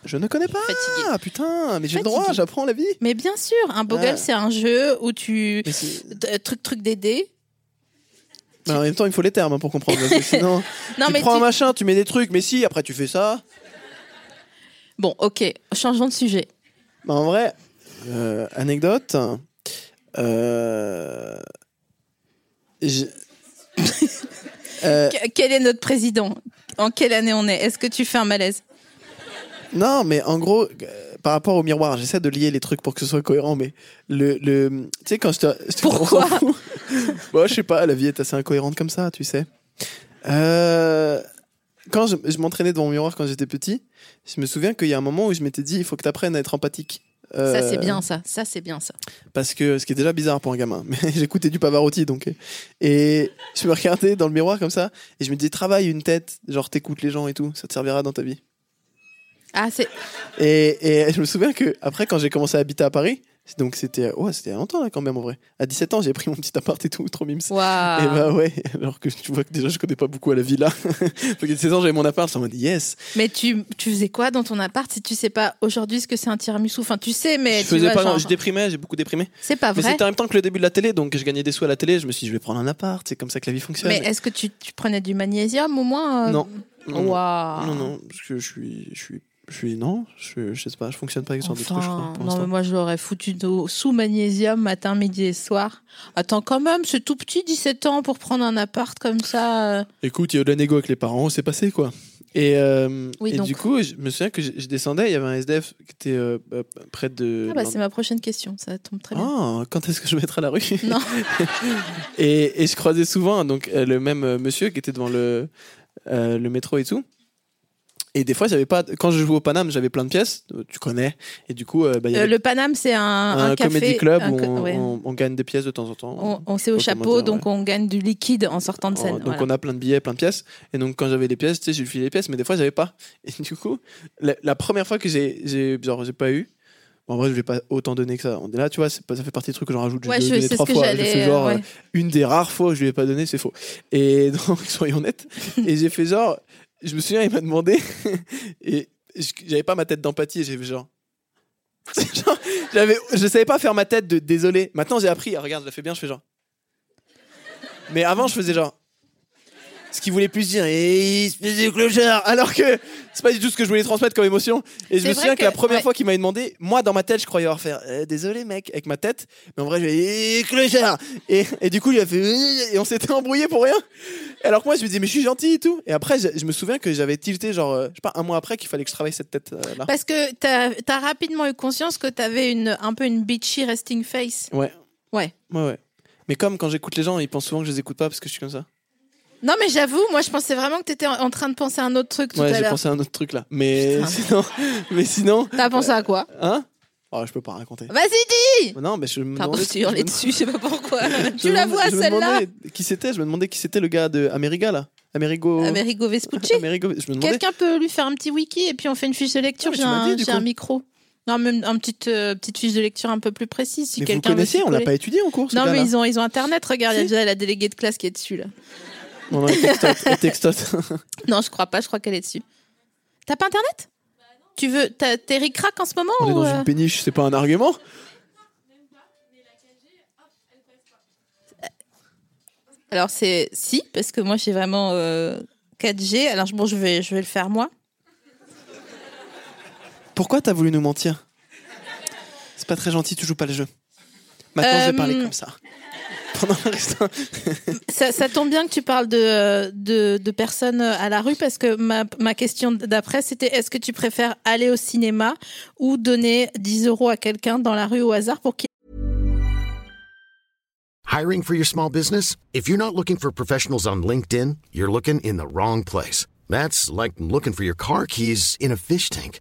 Speaker 3: Je ne connais pas.
Speaker 1: fatiguée.
Speaker 3: Ah putain, mais j'ai
Speaker 1: Fatiguée.
Speaker 3: le droit, j'apprends la vie.
Speaker 1: Mais bien sûr, un bogle,
Speaker 3: Ouais.
Speaker 1: c'est un jeu où tu.
Speaker 3: Mais, c'est-
Speaker 1: euh, Truc, truc des dés.
Speaker 3: mais en même temps, il faut les termes hein, pour comprendre. parce que sinon,
Speaker 1: Non,
Speaker 3: tu
Speaker 1: mais.
Speaker 3: prends
Speaker 1: tu-
Speaker 3: un machin, tu mets des trucs, mais si, après tu fais ça.
Speaker 1: Bon, ok, changeons de sujet.
Speaker 3: Bah, en vrai, euh, anecdote. euh, J'- Euh,
Speaker 1: Que- Quel est notre président En quelle année on est Est-ce que tu fais un malaise
Speaker 3: non, mais en gros, euh, par rapport au miroir, j'essaie de lier les trucs pour que ce soit cohérent, mais le. le tu sais, quand je te. je te-
Speaker 1: Pourquoi
Speaker 3: on s'en fout. Moi, je sais pas, la vie est assez incohérente comme ça, tu sais. Euh, quand je, je m'entraînais devant mon miroir quand j'étais petit, je me souviens qu'il y a un moment où je m'étais dit il faut que tu apprennes à être empathique.
Speaker 1: Ça
Speaker 3: Euh,
Speaker 1: c'est bien ça. Ça c'est bien ça.
Speaker 3: parce que ce qui est déjà bizarre pour un gamin, mais j'écoutais du Pavarotti donc. euh, Et je me regardais dans le miroir comme ça et je me disais travaille une tête, genre t'écoutes les gens et tout, ça te servira dans ta vie.
Speaker 1: Ah c'est
Speaker 3: Et, et je me souviens que après quand j'ai commencé à habiter à Paris, c'est- donc c'était ouais c'était il y a longtemps là quand même en vrai. À 17 ans j'ai pris mon petit appart et tout, trop mimes.
Speaker 1: waouh.
Speaker 3: Et bah ouais, alors que tu vois que déjà je connais pas beaucoup à la villa. donc à 17 ans j'avais mon appart, j'étais en mode yes.
Speaker 1: Mais tu, tu faisais quoi dans ton appart si tu sais pas aujourd'hui ce que c'est un tiramisu Enfin tu sais mais
Speaker 3: je
Speaker 1: tu
Speaker 3: faisais
Speaker 1: vois,
Speaker 3: pas grand-
Speaker 1: genre,
Speaker 3: je déprimais, j'ai beaucoup déprimé.
Speaker 1: c'est pas
Speaker 3: Mais
Speaker 1: vrai.
Speaker 3: c'était en même temps que le début de la télé, donc je gagnais des sous à la télé, je me suis dit je vais prendre un appart, c'est comme ça que la vie fonctionne.
Speaker 1: Mais est-ce que tu, tu prenais du magnésium au moins euh,
Speaker 3: Non. Non, non.
Speaker 1: Waouh.
Speaker 3: Non, non, parce que je suis. Je suis, je suis non, je, je sais pas, je fonctionne pas avec ce genre de trucs, je crois,
Speaker 1: Enfin, non,
Speaker 3: pour
Speaker 1: mais
Speaker 3: l'instant.
Speaker 1: moi je l'aurais foutu d'eau sous magnésium matin, midi et soir. Attends, quand même, ce tout petit 17 ans pour prendre un appart comme ça. euh,
Speaker 3: Écoute, il y a eu de la négo avec les parents, c'est passé quoi. Et, euh,
Speaker 1: Oui,
Speaker 3: et
Speaker 1: donc.
Speaker 3: du coup, je me souviens que je, je descendais, il y avait un SDF qui était euh, euh, près de.
Speaker 1: Ah bah c'est ma prochaine question, ça tombe très bien.
Speaker 3: Ah, quand est-ce que je vais être à la rue
Speaker 1: Non.
Speaker 3: et, et je croisais souvent donc euh, le même euh, monsieur qui était devant le, euh, le métro et tout. Et des fois, j'avais pas. Quand je jouais au Paname, j'avais plein de pièces, euh, tu connais. Et du coup, euh, bah, il y
Speaker 1: Euh,
Speaker 3: avait
Speaker 1: le Paname, c'est un,
Speaker 3: un,
Speaker 1: un café.
Speaker 3: comédie club
Speaker 1: un
Speaker 3: où
Speaker 1: co-
Speaker 3: on,
Speaker 1: ouais.
Speaker 3: on- on gagne des pièces de temps en temps.
Speaker 1: On, on sait au
Speaker 3: Au
Speaker 1: chapeau,
Speaker 3: commentaire,
Speaker 1: donc on gagne du liquide en sortant de
Speaker 3: En-
Speaker 1: scène.
Speaker 3: Oh, donc
Speaker 1: voilà.
Speaker 3: on a plein de billets, plein de pièces. Et donc quand j'avais les pièces, tu sais, j'ai filé les pièces, mais des fois j'avais pas. Et du coup, la, la première fois que j'ai, j'ai, genre, j'ai pas eu. bon, en vrai, je vais pas autant donner que ça. On est là, tu vois, c'est pas- ça fait partie des trucs que j'en rajoute. J'ai
Speaker 1: Ouais,
Speaker 3: deux-
Speaker 1: je-
Speaker 3: donné
Speaker 1: c'est ce
Speaker 3: trois
Speaker 1: que
Speaker 3: fois. J'ai fait
Speaker 1: j'allais.
Speaker 3: genre
Speaker 1: euh, ouais.
Speaker 3: euh, une des rares fois où je lui ai pas donné, c'est faux. Et donc soyons honnêtes. et j'ai fait genre, je me souviens, il m'a demandé et je- j'avais pas ma tête d'empathie. et J'ai fait genre. Genre, j'avais, je savais pas faire ma tête de désolé. Maintenant j'ai appris. Ah, regarde, je la fais bien. Je fais genre. Mais avant, je faisais genre. Ce qui voulait plus dire, Eh, espèce de clochard Alors que c'est pas du tout ce que je voulais transmettre comme émotion. Et je
Speaker 1: C'est vrai
Speaker 3: me souviens que,
Speaker 1: que-
Speaker 3: la première
Speaker 1: ouais.
Speaker 3: fois qu'il m'avait demandé, moi dans ma tête, je croyais avoir fait Euh, désolé mec avec ma tête, mais en vrai, je Eh, clochard et, et du coup, il a fait Eh, et on s'était embrouillé pour rien. Alors que moi, je lui disais mais je suis gentil et tout. Et après, je, je me souviens que j'avais tilté genre euh, je sais pas un mois après qu'il fallait que je travaille cette tête euh, là.
Speaker 1: Parce que t'as as rapidement eu conscience que t'avais une, un peu une bitchy resting face.
Speaker 3: Ouais ouais. Mais comme quand j'écoute les gens, ils pensent souvent que je les écoute pas parce que je suis comme ça.
Speaker 1: Non, mais j'avoue, moi je pensais vraiment que t'étais en, en train de penser à un autre truc tout
Speaker 3: ouais,
Speaker 1: à
Speaker 3: j'ai
Speaker 1: l'heure.
Speaker 3: pensé à un autre truc là. Mais
Speaker 1: Putain.
Speaker 3: sinon, mais sinon,
Speaker 1: T'as pensé à quoi
Speaker 3: hein Oh, je peux pas raconter.
Speaker 1: Vas-y, dis
Speaker 3: Non, mais je me
Speaker 1: Pardon,
Speaker 3: demandais-
Speaker 1: tu hurlais
Speaker 3: je me-
Speaker 1: dessus, je sais pas pourquoi.
Speaker 3: je
Speaker 1: tu
Speaker 3: me
Speaker 1: la
Speaker 3: demandais-
Speaker 1: vois
Speaker 3: je me
Speaker 1: celle-là
Speaker 3: demandais Qui c'était Je me demandais qui c'était le gars de Ameriga là. Amerigo.
Speaker 1: Amerigo Ah, Vespucci.
Speaker 3: Amerigo- Ah, Je me demandais.
Speaker 1: Quelqu'un peut lui faire un petit wiki et puis on fait une fiche de lecture.
Speaker 3: Ah, mais
Speaker 1: J'ai
Speaker 3: tu m'as
Speaker 1: un,
Speaker 3: dit, du
Speaker 1: j'ai
Speaker 3: coup.
Speaker 1: un micro. Non, même une petite, euh, petite fiche de lecture un peu plus précise. Si
Speaker 3: mais vous
Speaker 1: quelqu'un veut
Speaker 3: connaissez,
Speaker 1: s'y
Speaker 3: on l'a
Speaker 1: coller.
Speaker 3: pas étudié en cours. ce
Speaker 1: Non, mais
Speaker 3: gars-là.
Speaker 1: ils ont, ils ont Internet. Regarde, il y a
Speaker 3: Si.
Speaker 1: déjà la déléguée de classe qui est dessus, là.
Speaker 3: Non, non, les textos- les textos.
Speaker 1: Non, je crois pas, je crois qu'elle est dessus. T'as pas Internet Tu veux. t'as- T'es ricrac en ce moment
Speaker 3: On est
Speaker 1: ou,
Speaker 3: dans
Speaker 1: euh,
Speaker 3: une péniche, c'est pas un argument.
Speaker 1: Alors, c'est si, parce que moi, j'ai vraiment euh, 4G. Alors, je- bon, je vais, je vais le faire moi.
Speaker 3: Pourquoi t'as voulu nous mentir C'est pas très gentil, tu joues pas le jeu. Maintenant, je
Speaker 1: Euh,
Speaker 3: vais parler comme ça. Pendant le reste. hein.
Speaker 1: Ça, ça tombe bien que tu parles de, euh, de, de personnes à la rue parce que ma, ma question d'après c'était est-ce que tu préfères aller au cinéma ou donner 10 euros à quelqu'un dans la rue au hasard pour qu'il
Speaker 5: Hiring for your small business? If you're not looking for professionals on LinkedIn, you're looking in the wrong place. That's like looking for your car keys in a fish tank.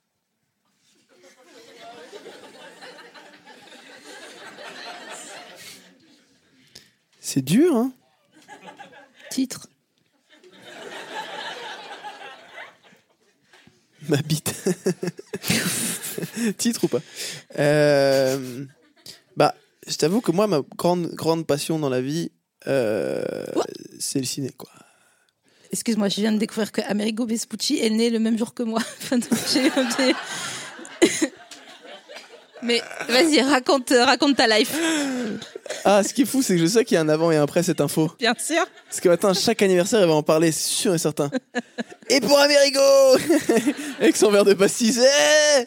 Speaker 3: C'est dur, hein
Speaker 1: Titre.
Speaker 3: Ma bite. Titre ou pas Euh, Bah, je t'avoue que moi, ma grande, grande passion dans la vie, euh,
Speaker 1: Ouah.
Speaker 3: c'est le ciné, quoi.
Speaker 1: Excuse-moi, je viens de découvrir que Amerigo Vespucci est né le même jour que moi. Enfin, donc, j'ai- j'ai- Mais vas-y, raconte, raconte ta life,
Speaker 3: Ah, ce qui est fou, c'est que je sais qu'il y a un avant et un après cette info.
Speaker 1: bien sûr.
Speaker 3: Parce que maintenant, chaque anniversaire, elle va en parler, c'est sûr et certain. Et pour Amerigo Avec son verre de pastis. eh
Speaker 1: Et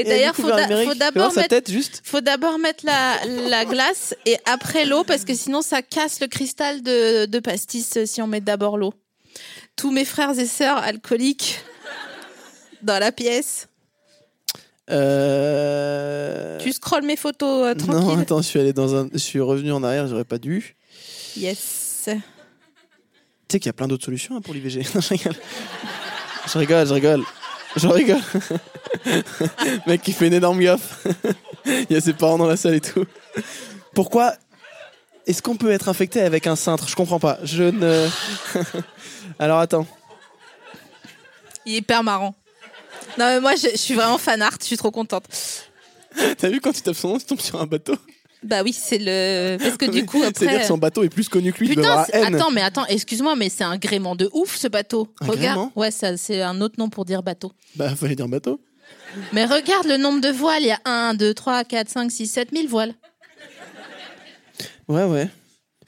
Speaker 3: elle a
Speaker 1: d'ailleurs, faut,
Speaker 3: découvert
Speaker 1: d'a-
Speaker 3: l'Amérique.
Speaker 1: faut
Speaker 3: Tu peux voir
Speaker 1: d'abord
Speaker 3: sa
Speaker 1: mettre
Speaker 3: tête juste.
Speaker 1: Faut d'abord mettre la, la glace et après l'eau parce que sinon ça casse le cristal de, de pastis euh, si on met d'abord l'eau. Tous mes frères et sœurs alcooliques dans la pièce.
Speaker 3: Euh...
Speaker 1: Tu scrolles mes photos euh,
Speaker 3: Non,
Speaker 1: tranquille.
Speaker 3: attends, je suis allé dans un, je suis revenu en arrière, j'aurais pas dû.
Speaker 1: yes.
Speaker 3: Tu sais qu'il y a plein d'autres solutions hein, pour l'IVG. Non, je rigole. Je rigole, je rigole. Je rigole. Mec qui fait une énorme gaffe. Il y a ses parents dans la salle et tout. Pourquoi est-ce qu'on peut être infecté avec un cintre Je comprends pas. Je ne. Alors attends.
Speaker 1: Il est hyper marrant. Non mais moi je, je suis vraiment fan art, je suis trop contente.
Speaker 3: T'as vu quand tu tapes son nom, tu tombes sur un bateau
Speaker 1: Bah oui, c'est le parce que du coup
Speaker 3: C'est-à-dire
Speaker 1: après euh,
Speaker 3: que son bateau est plus connu que lui. il doit
Speaker 1: Putain,
Speaker 3: avoir
Speaker 1: c'est-
Speaker 3: la haine.
Speaker 1: attends, mais attends, excuse-moi, mais c'est un gréement de ouf ce bateau.
Speaker 3: Un
Speaker 1: Regarde,
Speaker 3: gréement
Speaker 1: ouais, ça, c'est un autre nom pour dire bateau.
Speaker 3: Bah, fallait dire bateau.
Speaker 1: Mais regarde le nombre de voiles. Il y a 1, 2, 3, 4, 5, 6, 7 000 voiles.
Speaker 3: Ouais, ouais.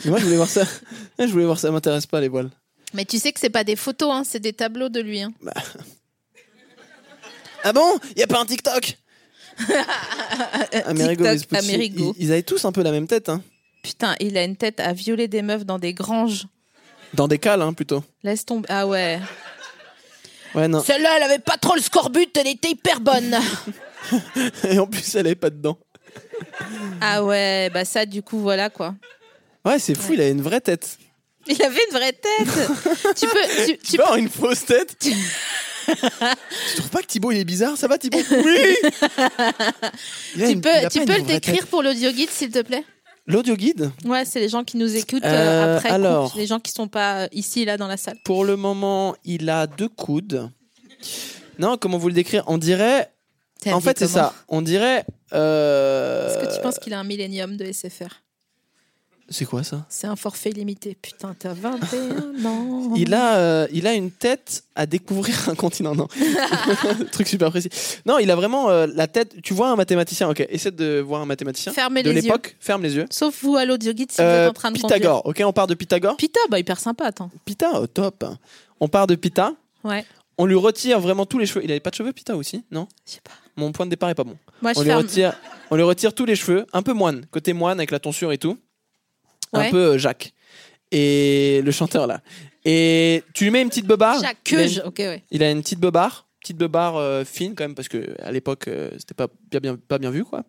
Speaker 3: Mais moi, je voulais voir ça. Je voulais voir ça. M'intéresse pas les voiles.
Speaker 1: Mais tu sais que c'est pas des photos, hein, c'est des tableaux de lui. hein.
Speaker 3: Ah bon Y a pas un TikTok Amerigo
Speaker 1: TikTok,
Speaker 3: Vespucci,
Speaker 1: Amerigo.
Speaker 3: Ils, ils avaient tous un peu la même tête, hein.
Speaker 1: Putain, il a une tête à violer des meufs dans des granges.
Speaker 3: Dans des cales, hein, plutôt.
Speaker 1: Laisse tomber. Ah ouais.
Speaker 3: Ouais, non.
Speaker 1: Celle-là, elle avait pas trop le scorbut, elle était hyper bonne.
Speaker 3: Et en plus, elle est pas dedans.
Speaker 1: ah ouais, bah ça, du coup, voilà quoi.
Speaker 3: Ouais, c'est fou, il a une vraie tête.
Speaker 1: Il avait une vraie tête. tu peux. tu-
Speaker 3: Tu
Speaker 1: tu-
Speaker 3: peux avoir une fausse tête Tu trouves pas que Thibaut, il est bizarre Ça va, Thibaut Oui Il a
Speaker 1: tu
Speaker 3: une- il
Speaker 1: peux,
Speaker 3: a
Speaker 1: tu
Speaker 3: pas
Speaker 1: peux
Speaker 3: une
Speaker 1: le
Speaker 3: vraie
Speaker 1: décrire
Speaker 3: tête.
Speaker 1: pour l'audio guide, s'il te plaît
Speaker 3: L'audio guide,
Speaker 1: Ouais, c'est les gens qui nous écoutent euh,
Speaker 3: Euh,
Speaker 1: après.
Speaker 3: alors.
Speaker 1: coup, les gens qui sont pas euh, ici, là, dans la salle.
Speaker 3: pour le moment, il a deux coudes. Non, comment vous le décrire On dirait.
Speaker 1: T'as
Speaker 3: En
Speaker 1: dit
Speaker 3: fait, c'est
Speaker 1: comment
Speaker 3: ça. On dirait. euh,
Speaker 1: Est-ce que tu penses qu'il a un millénium de SFR
Speaker 3: C'est quoi ça
Speaker 1: C'est un forfait illimité. Putain, t'as 21 ans.
Speaker 3: Il a, euh, il a une tête à découvrir un continent, non Truc super précis. Non, il a vraiment euh, la tête. Tu vois un mathématicien, ok Essaie de voir un mathématicien
Speaker 1: fermé
Speaker 3: de
Speaker 1: les yeux.
Speaker 3: l'époque. Ferme les yeux.
Speaker 1: Sauf vous à l'audio guide si vous
Speaker 3: Euh,
Speaker 1: êtes en train de
Speaker 3: Pythagore, ok On part de Pythagore.
Speaker 1: conduire. Pita, bah hyper sympa, attends.
Speaker 3: Pita, au top. On part de Pita.
Speaker 1: Ouais,
Speaker 3: On lui retire vraiment tous les cheveux. Il avait pas de cheveux, Pita aussi, non
Speaker 1: je sais pas.
Speaker 3: Mon point de départ est pas bon.
Speaker 1: Moi, je
Speaker 3: on lui
Speaker 1: ferme.
Speaker 3: retire, on lui retire tous les cheveux, un peu moine, côté moine avec la tonsure et tout, un
Speaker 1: Ouais.
Speaker 3: peu euh, Jacques et le chanteur là. Et tu lui mets une petite beubare.
Speaker 1: Jacques
Speaker 3: Il a une-
Speaker 1: Cuge, ok, ouais.
Speaker 3: Il a une petite beubare, petite beubare euh, fine quand même parce que à l'époque euh, c'était pas bien, bien- pas bien vu quoi.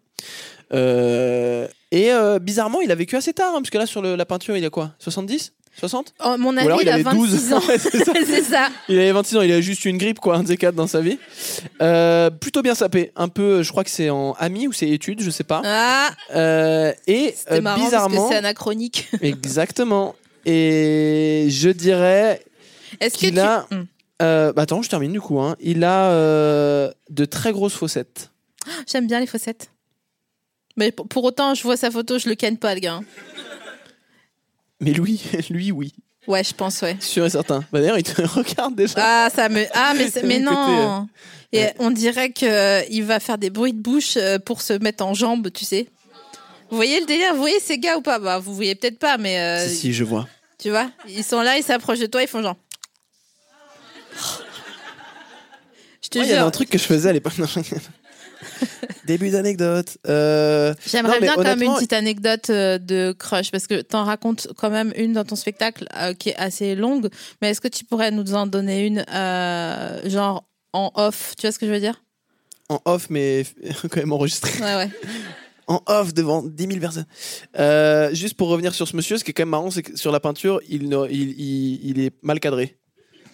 Speaker 3: Euh, et euh, bizarrement, il a vécu assez tard hein, parce que là sur le- la peinture, il a quoi 70 60
Speaker 1: Oh, mon
Speaker 3: Ou
Speaker 1: ami,
Speaker 3: alors
Speaker 1: il,
Speaker 3: il,
Speaker 1: a
Speaker 3: avait 12
Speaker 1: 26 ans.
Speaker 3: Ouais, c'est ça.
Speaker 1: c'est ça.
Speaker 3: Il avait 26 ans, il a juste eu une grippe quoi, un des quatre dans sa vie. Euh, plutôt bien sapé, un peu je crois que c'est en ami ou c'est études, je sais pas.
Speaker 1: Ah,
Speaker 3: Euh, et
Speaker 1: c'était
Speaker 3: euh,
Speaker 1: marrant parce
Speaker 3: bizarrement
Speaker 1: que c'est anachronique.
Speaker 3: exactement. Et je dirais
Speaker 1: Est-ce que
Speaker 3: qu'il
Speaker 1: tu...
Speaker 3: a-
Speaker 1: Hum.
Speaker 3: euh, bah attends, je termine du coup. hein. Il a euh, de très grosses fossettes.
Speaker 1: J'aime bien les faussettes. Mais pour, pour autant, je vois sa photo, je le ken pas, le gars. hein.
Speaker 3: Mais lui, lui, oui.
Speaker 1: Ouais, je pense, ouais.
Speaker 3: Sûr et certain. Bah, D'ailleurs, il te regarde déjà.
Speaker 1: Ah, ça me. Ah, mais, c'est-
Speaker 3: Ça
Speaker 1: mais
Speaker 3: me coûtait,
Speaker 1: non Et on dirait qu'il va faire des bruits de bouche euh, pour se mettre en jambes, tu sais. Vous voyez le délire Vous voyez ces gars ou pas Bah, vous voyez peut-être pas, mais euh,
Speaker 3: si, si, je vois.
Speaker 1: tu vois, ils sont là, ils s'approchent de toi, ils font genre. Je te
Speaker 3: Moi, Il y avait
Speaker 1: jure,
Speaker 3: un truc que je faisais à l'époque. Non, je rigole. Début d'anecdote. Euh, non,
Speaker 1: j'aimerais
Speaker 3: mais
Speaker 1: bien quand même une
Speaker 3: honnêtement,
Speaker 1: petite anecdote euh, de crush, parce que t'en racontes quand même une dans ton spectacle euh, qui est assez longue, mais est-ce que tu pourrais nous en donner une, euh, genre en off Tu vois ce que je veux dire
Speaker 3: En off, mais quand même enregistré.
Speaker 1: Ouais, ouais.
Speaker 3: En off devant 10 000 personnes. Euh, juste pour revenir sur ce monsieur, ce qui est quand même marrant, c'est que sur la peinture, il, ne- il, il- il est mal cadré.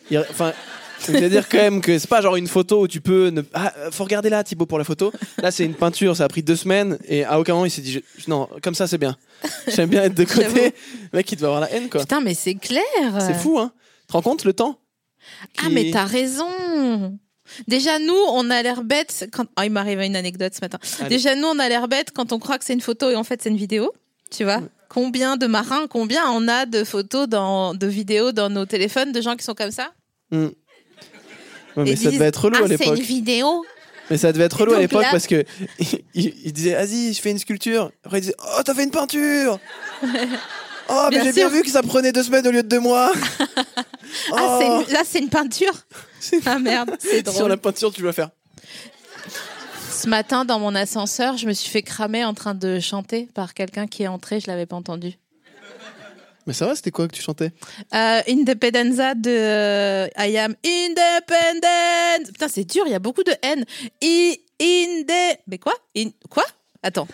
Speaker 3: Il- Enfin. C'est-à-dire quand même que c'est pas genre une photo où tu peux ne... Ah, euh, faut regarder là Thibaut pour la photo. Là c'est une peinture, ça a pris deux semaines et à aucun moment il s'est dit je- non comme ça c'est bien. J'aime bien être de
Speaker 1: J'avoue.
Speaker 3: côté. Le mec il doit avoir la haine quoi.
Speaker 1: Putain, mais c'est clair.
Speaker 3: C'est fou, hein Tu te rends compte le temps
Speaker 1: Ah,
Speaker 3: qui-
Speaker 1: mais t'as raison. Déjà, nous, on a l'air bête quand. Oh, il m'arrive une anecdote ce matin.
Speaker 3: Allez.
Speaker 1: Déjà, nous, on a l'air bête quand on croit que c'est une photo et en fait, c'est une vidéo. Tu vois Combien de marins, combien on a de photos, dans, de vidéos dans nos téléphones de gens qui sont comme ça
Speaker 3: Hmm. Ouais,
Speaker 1: Et
Speaker 3: mais ça
Speaker 1: disent,
Speaker 3: devait être relou
Speaker 1: Ah,
Speaker 3: à
Speaker 1: c'est une
Speaker 3: l'époque.
Speaker 1: vidéo
Speaker 3: Mais ça devait être relou à
Speaker 1: donc
Speaker 3: l'époque
Speaker 1: là-
Speaker 3: parce que il, il disait vas-y, je fais une sculpture. Après il disait oh t'as fait une peinture. oh mais
Speaker 1: Bien
Speaker 3: j'ai bien
Speaker 1: sûr.
Speaker 3: vu que ça prenait deux semaines au lieu de deux mois.
Speaker 1: Ah, c'est
Speaker 3: Oh.
Speaker 1: une- là, c'est une peinture Ah merde, c'est
Speaker 3: Sur
Speaker 1: drôle.
Speaker 3: la peinture tu dois faire.
Speaker 1: Ce matin, dans mon ascenseur, je me suis fait cramer en train de chanter par quelqu'un qui est entré, je l'avais pas entendu.
Speaker 3: Mais ça va, c'était quoi que tu chantais
Speaker 1: Euh, Independenza de euh, I am independent. Putain, c'est dur, il y a beaucoup de haine. I, inde... Mais quoi In- Quoi Attends.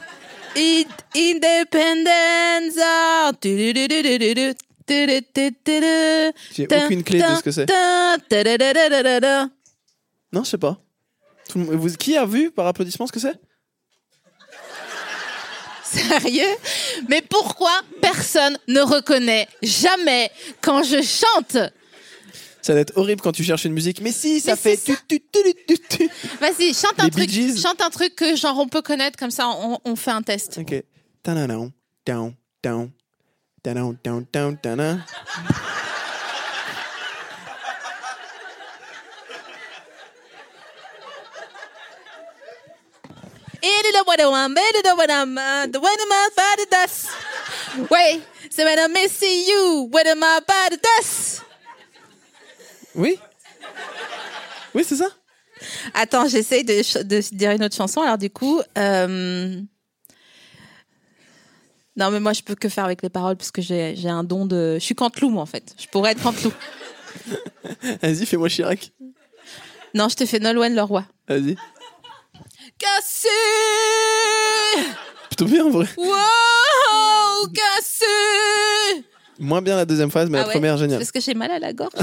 Speaker 1: I, independenza. Tudududududu. Tududududu.
Speaker 3: J'ai aucune clé de ce que c'est.
Speaker 1: Tin, tin, tadadadadada.
Speaker 3: Non, je sais pas. Tout le monde- vous- qui a vu par applaudissement ce que c'est
Speaker 1: Sérieux Mais pourquoi personne ne reconnaît jamais quand je chante
Speaker 3: Ça doit être horrible quand tu cherches une musique. Mais si, ça
Speaker 1: Mais
Speaker 3: fait
Speaker 1: c'est
Speaker 3: tu, tu, tu, tu, tu, tu.
Speaker 1: Vas-y, chante un
Speaker 3: Les
Speaker 1: truc.
Speaker 3: Bee Gees.
Speaker 1: Chante un truc que genre on peut connaître comme ça, on, on fait un test.
Speaker 3: Ok. Tananan, down, down, down, down, down, down.
Speaker 1: Ah, Ouais, c'est Madame Missy You, what am I about this?
Speaker 3: Oui. Oui, c'est ça.
Speaker 1: Attends, j'essaye de, ch- de dire une autre chanson, alors du coup. euh, Non, mais moi je peux que faire avec les paroles parce que j'ai j'ai un don de. Je suis Cantelou, moi en fait. Je pourrais être Cantelou.
Speaker 3: Vas-y, fais-moi Chirac.
Speaker 1: non, je t'ai fait Nolwenn Leroy.
Speaker 3: Vas-y.
Speaker 1: Cassé!
Speaker 3: Plutôt bien en vrai.
Speaker 1: Wow! Cassé!
Speaker 3: Moins bien la deuxième phrase, mais
Speaker 1: Ah
Speaker 3: la
Speaker 1: ouais,
Speaker 3: première
Speaker 1: c'est
Speaker 3: géniale.
Speaker 1: Parce que j'ai mal à la gorge.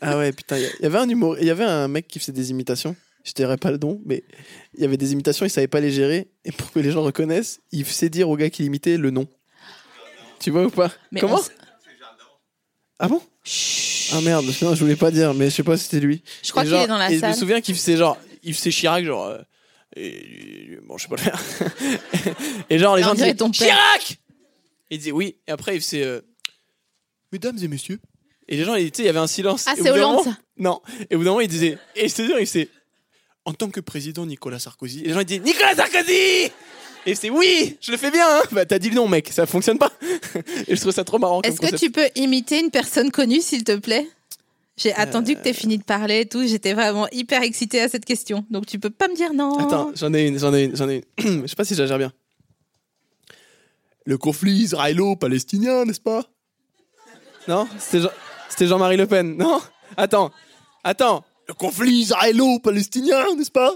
Speaker 3: Ah ouais, putain, il y a- il y avait un humour, il y avait un mec qui faisait des imitations. Je dirais pas le don, mais il y avait des imitations, il savait pas les gérer et pour que les gens reconnaissent, il faisait dire au gars qui l'imitait le nom. Tu vois ou pas
Speaker 1: Mais
Speaker 3: Comment
Speaker 1: on s-
Speaker 3: Ah bon Ah merde, non, je voulais pas dire, mais je sais pas si c'était lui.
Speaker 1: Je crois
Speaker 3: Et
Speaker 1: qu'il
Speaker 3: genre-
Speaker 1: est dans la
Speaker 3: et Je me
Speaker 1: salle.
Speaker 3: souviens qu'il faisait genre, il faisait Chirac genre. euh, et, bon, je sais pas le faire. et genre les
Speaker 1: On
Speaker 3: gens
Speaker 1: dirait
Speaker 3: disaient
Speaker 1: ton père.
Speaker 3: Chirac. Il disait oui. Et après il faisait euh, Mesdames et messieurs. Et les gens, ils- tu sais, il y avait un silence.
Speaker 1: Ah,
Speaker 3: Et au
Speaker 1: c'est
Speaker 3: bout d'un
Speaker 1: Hollande,
Speaker 3: moment-
Speaker 1: ça.
Speaker 3: Non. Et au bout d'un moment, il disait et c'est dur, il disait en tant que président Nicolas Sarkozy. Et les gens ils disaient Nicolas Sarkozy. Et c'est oui, je le fais bien. Hein. Bah t'as dit le nom, mec, ça fonctionne pas. et je trouve ça trop marrant. comme
Speaker 1: Est-ce que
Speaker 3: concept.
Speaker 1: tu peux imiter une personne connue, s'il te plaît J'ai
Speaker 3: Euh,
Speaker 1: attendu que tu aies fini de parler et tout. J'étais vraiment hyper excitée à cette question. Donc tu peux pas me dire non.
Speaker 3: Attends, j'en ai une, j'en ai une, j'en ai une. Je sais pas si j'agère bien. Le conflit israélo-palestinien, n'est-ce pas Non C'était Jean- c'était Jean-Marie Le Pen, non Attends, attends. Le conflit israélo-palestinien, n'est-ce pas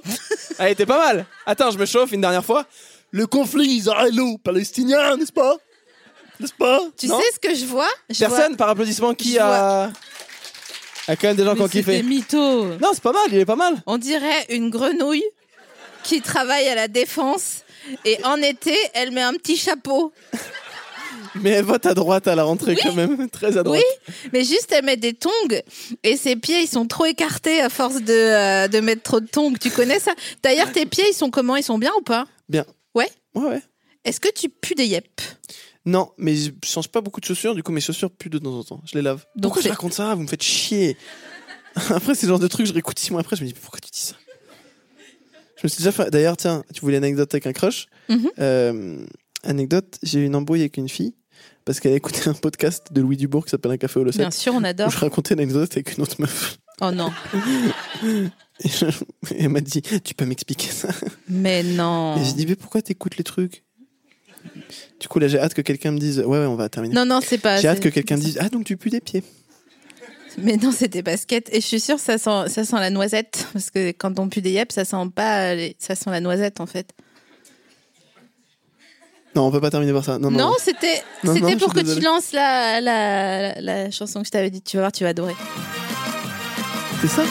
Speaker 3: Elle était pas mal. Attends, je me chauffe une dernière fois. Le conflit israélo-palestinien, n'est-ce pas N'est-ce pas
Speaker 1: Tu
Speaker 3: Non
Speaker 1: sais ce que je vois je
Speaker 3: Personne, par applaudissement, qui
Speaker 1: Je
Speaker 3: a... a quand même des gens
Speaker 1: vois...
Speaker 3: qui ont
Speaker 1: Mais c'est des
Speaker 3: kiffé.
Speaker 1: mythos.
Speaker 3: Non, c'est pas mal, il est pas mal.
Speaker 1: On dirait une grenouille qui travaille à la défense et en été, elle met un petit chapeau.
Speaker 3: Mais elle vote à droite à la rentrée quand même, très à droite.
Speaker 1: Oui, mais juste elle met des tongs et ses pieds ils sont trop écartés à force de, euh, de mettre trop de tongs. Tu connais ça D'ailleurs, tes pieds ils sont comment Ils sont bien ou pas
Speaker 3: Bien.
Speaker 1: Ouais
Speaker 3: Ouais, ouais.
Speaker 1: Est-ce que tu pues des yep
Speaker 3: Non, mais je change pas beaucoup de chaussures, du coup mes chaussures puent de temps en temps. Je les lave.
Speaker 1: Donc
Speaker 3: pourquoi je
Speaker 1: c'est-
Speaker 3: raconte ça Vous me faites chier. après, c'est le genre de truc, je réécoute six mois après, je me dis pourquoi tu dis ça Je me suis déjà fait. D'ailleurs, tiens, tu voulais une anecdote avec un crush
Speaker 1: Mhm.
Speaker 3: Euh, Anecdote, j'ai eu une embrouille avec une fille parce qu'elle écoutait un podcast de Louis Dubourg qui s'appelle Un café au le
Speaker 1: Bien
Speaker 3: Sept,
Speaker 1: sûr, on
Speaker 3: où
Speaker 1: adore.
Speaker 3: je racontais une anecdote avec une autre meuf.
Speaker 1: Oh non.
Speaker 3: Et je- et elle m'a dit Tu peux m'expliquer ça
Speaker 1: Mais non.
Speaker 3: Et j'ai dit, mais pourquoi t'écoutes les trucs Du coup, là, j'ai hâte que quelqu'un me dise, ouais, ouais, on va terminer.
Speaker 1: Non, non, c'est pas.
Speaker 3: j'ai hâte
Speaker 1: c'est-
Speaker 3: que quelqu'un me dise, ah, donc tu pues des pieds.
Speaker 1: Mais non, c'est des baskets. Et je suis sûre, ça sent, ça sent la noisette. Parce que quand on pue des yep, ça sent pas. les- Ça sent la noisette, en fait.
Speaker 3: Non, on peut pas terminer par ça. Non, non.
Speaker 1: Non, c'était
Speaker 3: Non, non,
Speaker 1: c'était
Speaker 3: je
Speaker 1: pour
Speaker 3: suis
Speaker 1: que
Speaker 3: désolé.
Speaker 1: tu lances la, la, la, la chanson que je t'avais dit. Tu vas voir, tu vas adorer.
Speaker 3: C'est ça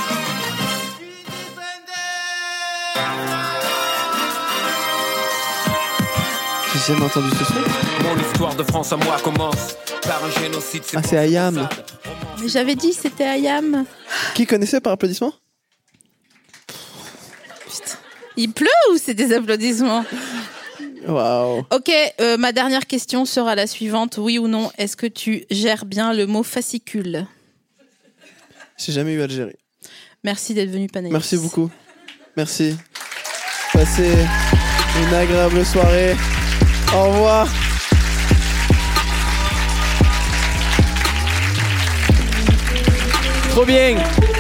Speaker 3: J'ai jamais entendu ce son. Ah,
Speaker 6: Mon histoire de France à moi commence par un génocide.
Speaker 3: Ah, c'est Ayam.
Speaker 1: Mais J'avais dit, c'était Ayam.
Speaker 3: Qui connaissait par applaudissement
Speaker 1: Putain. Il pleut ou c'est des applaudissements
Speaker 3: Waouh.
Speaker 1: Ok, euh, ma dernière question sera la suivante. Oui ou non, est-ce que tu gères bien le mot fascicule
Speaker 3: J'ai jamais eu Algérie.
Speaker 1: Merci d'être venu, Panaïs.
Speaker 3: Merci beaucoup. Merci. Passez une agréable soirée. Au revoir. Trop bien.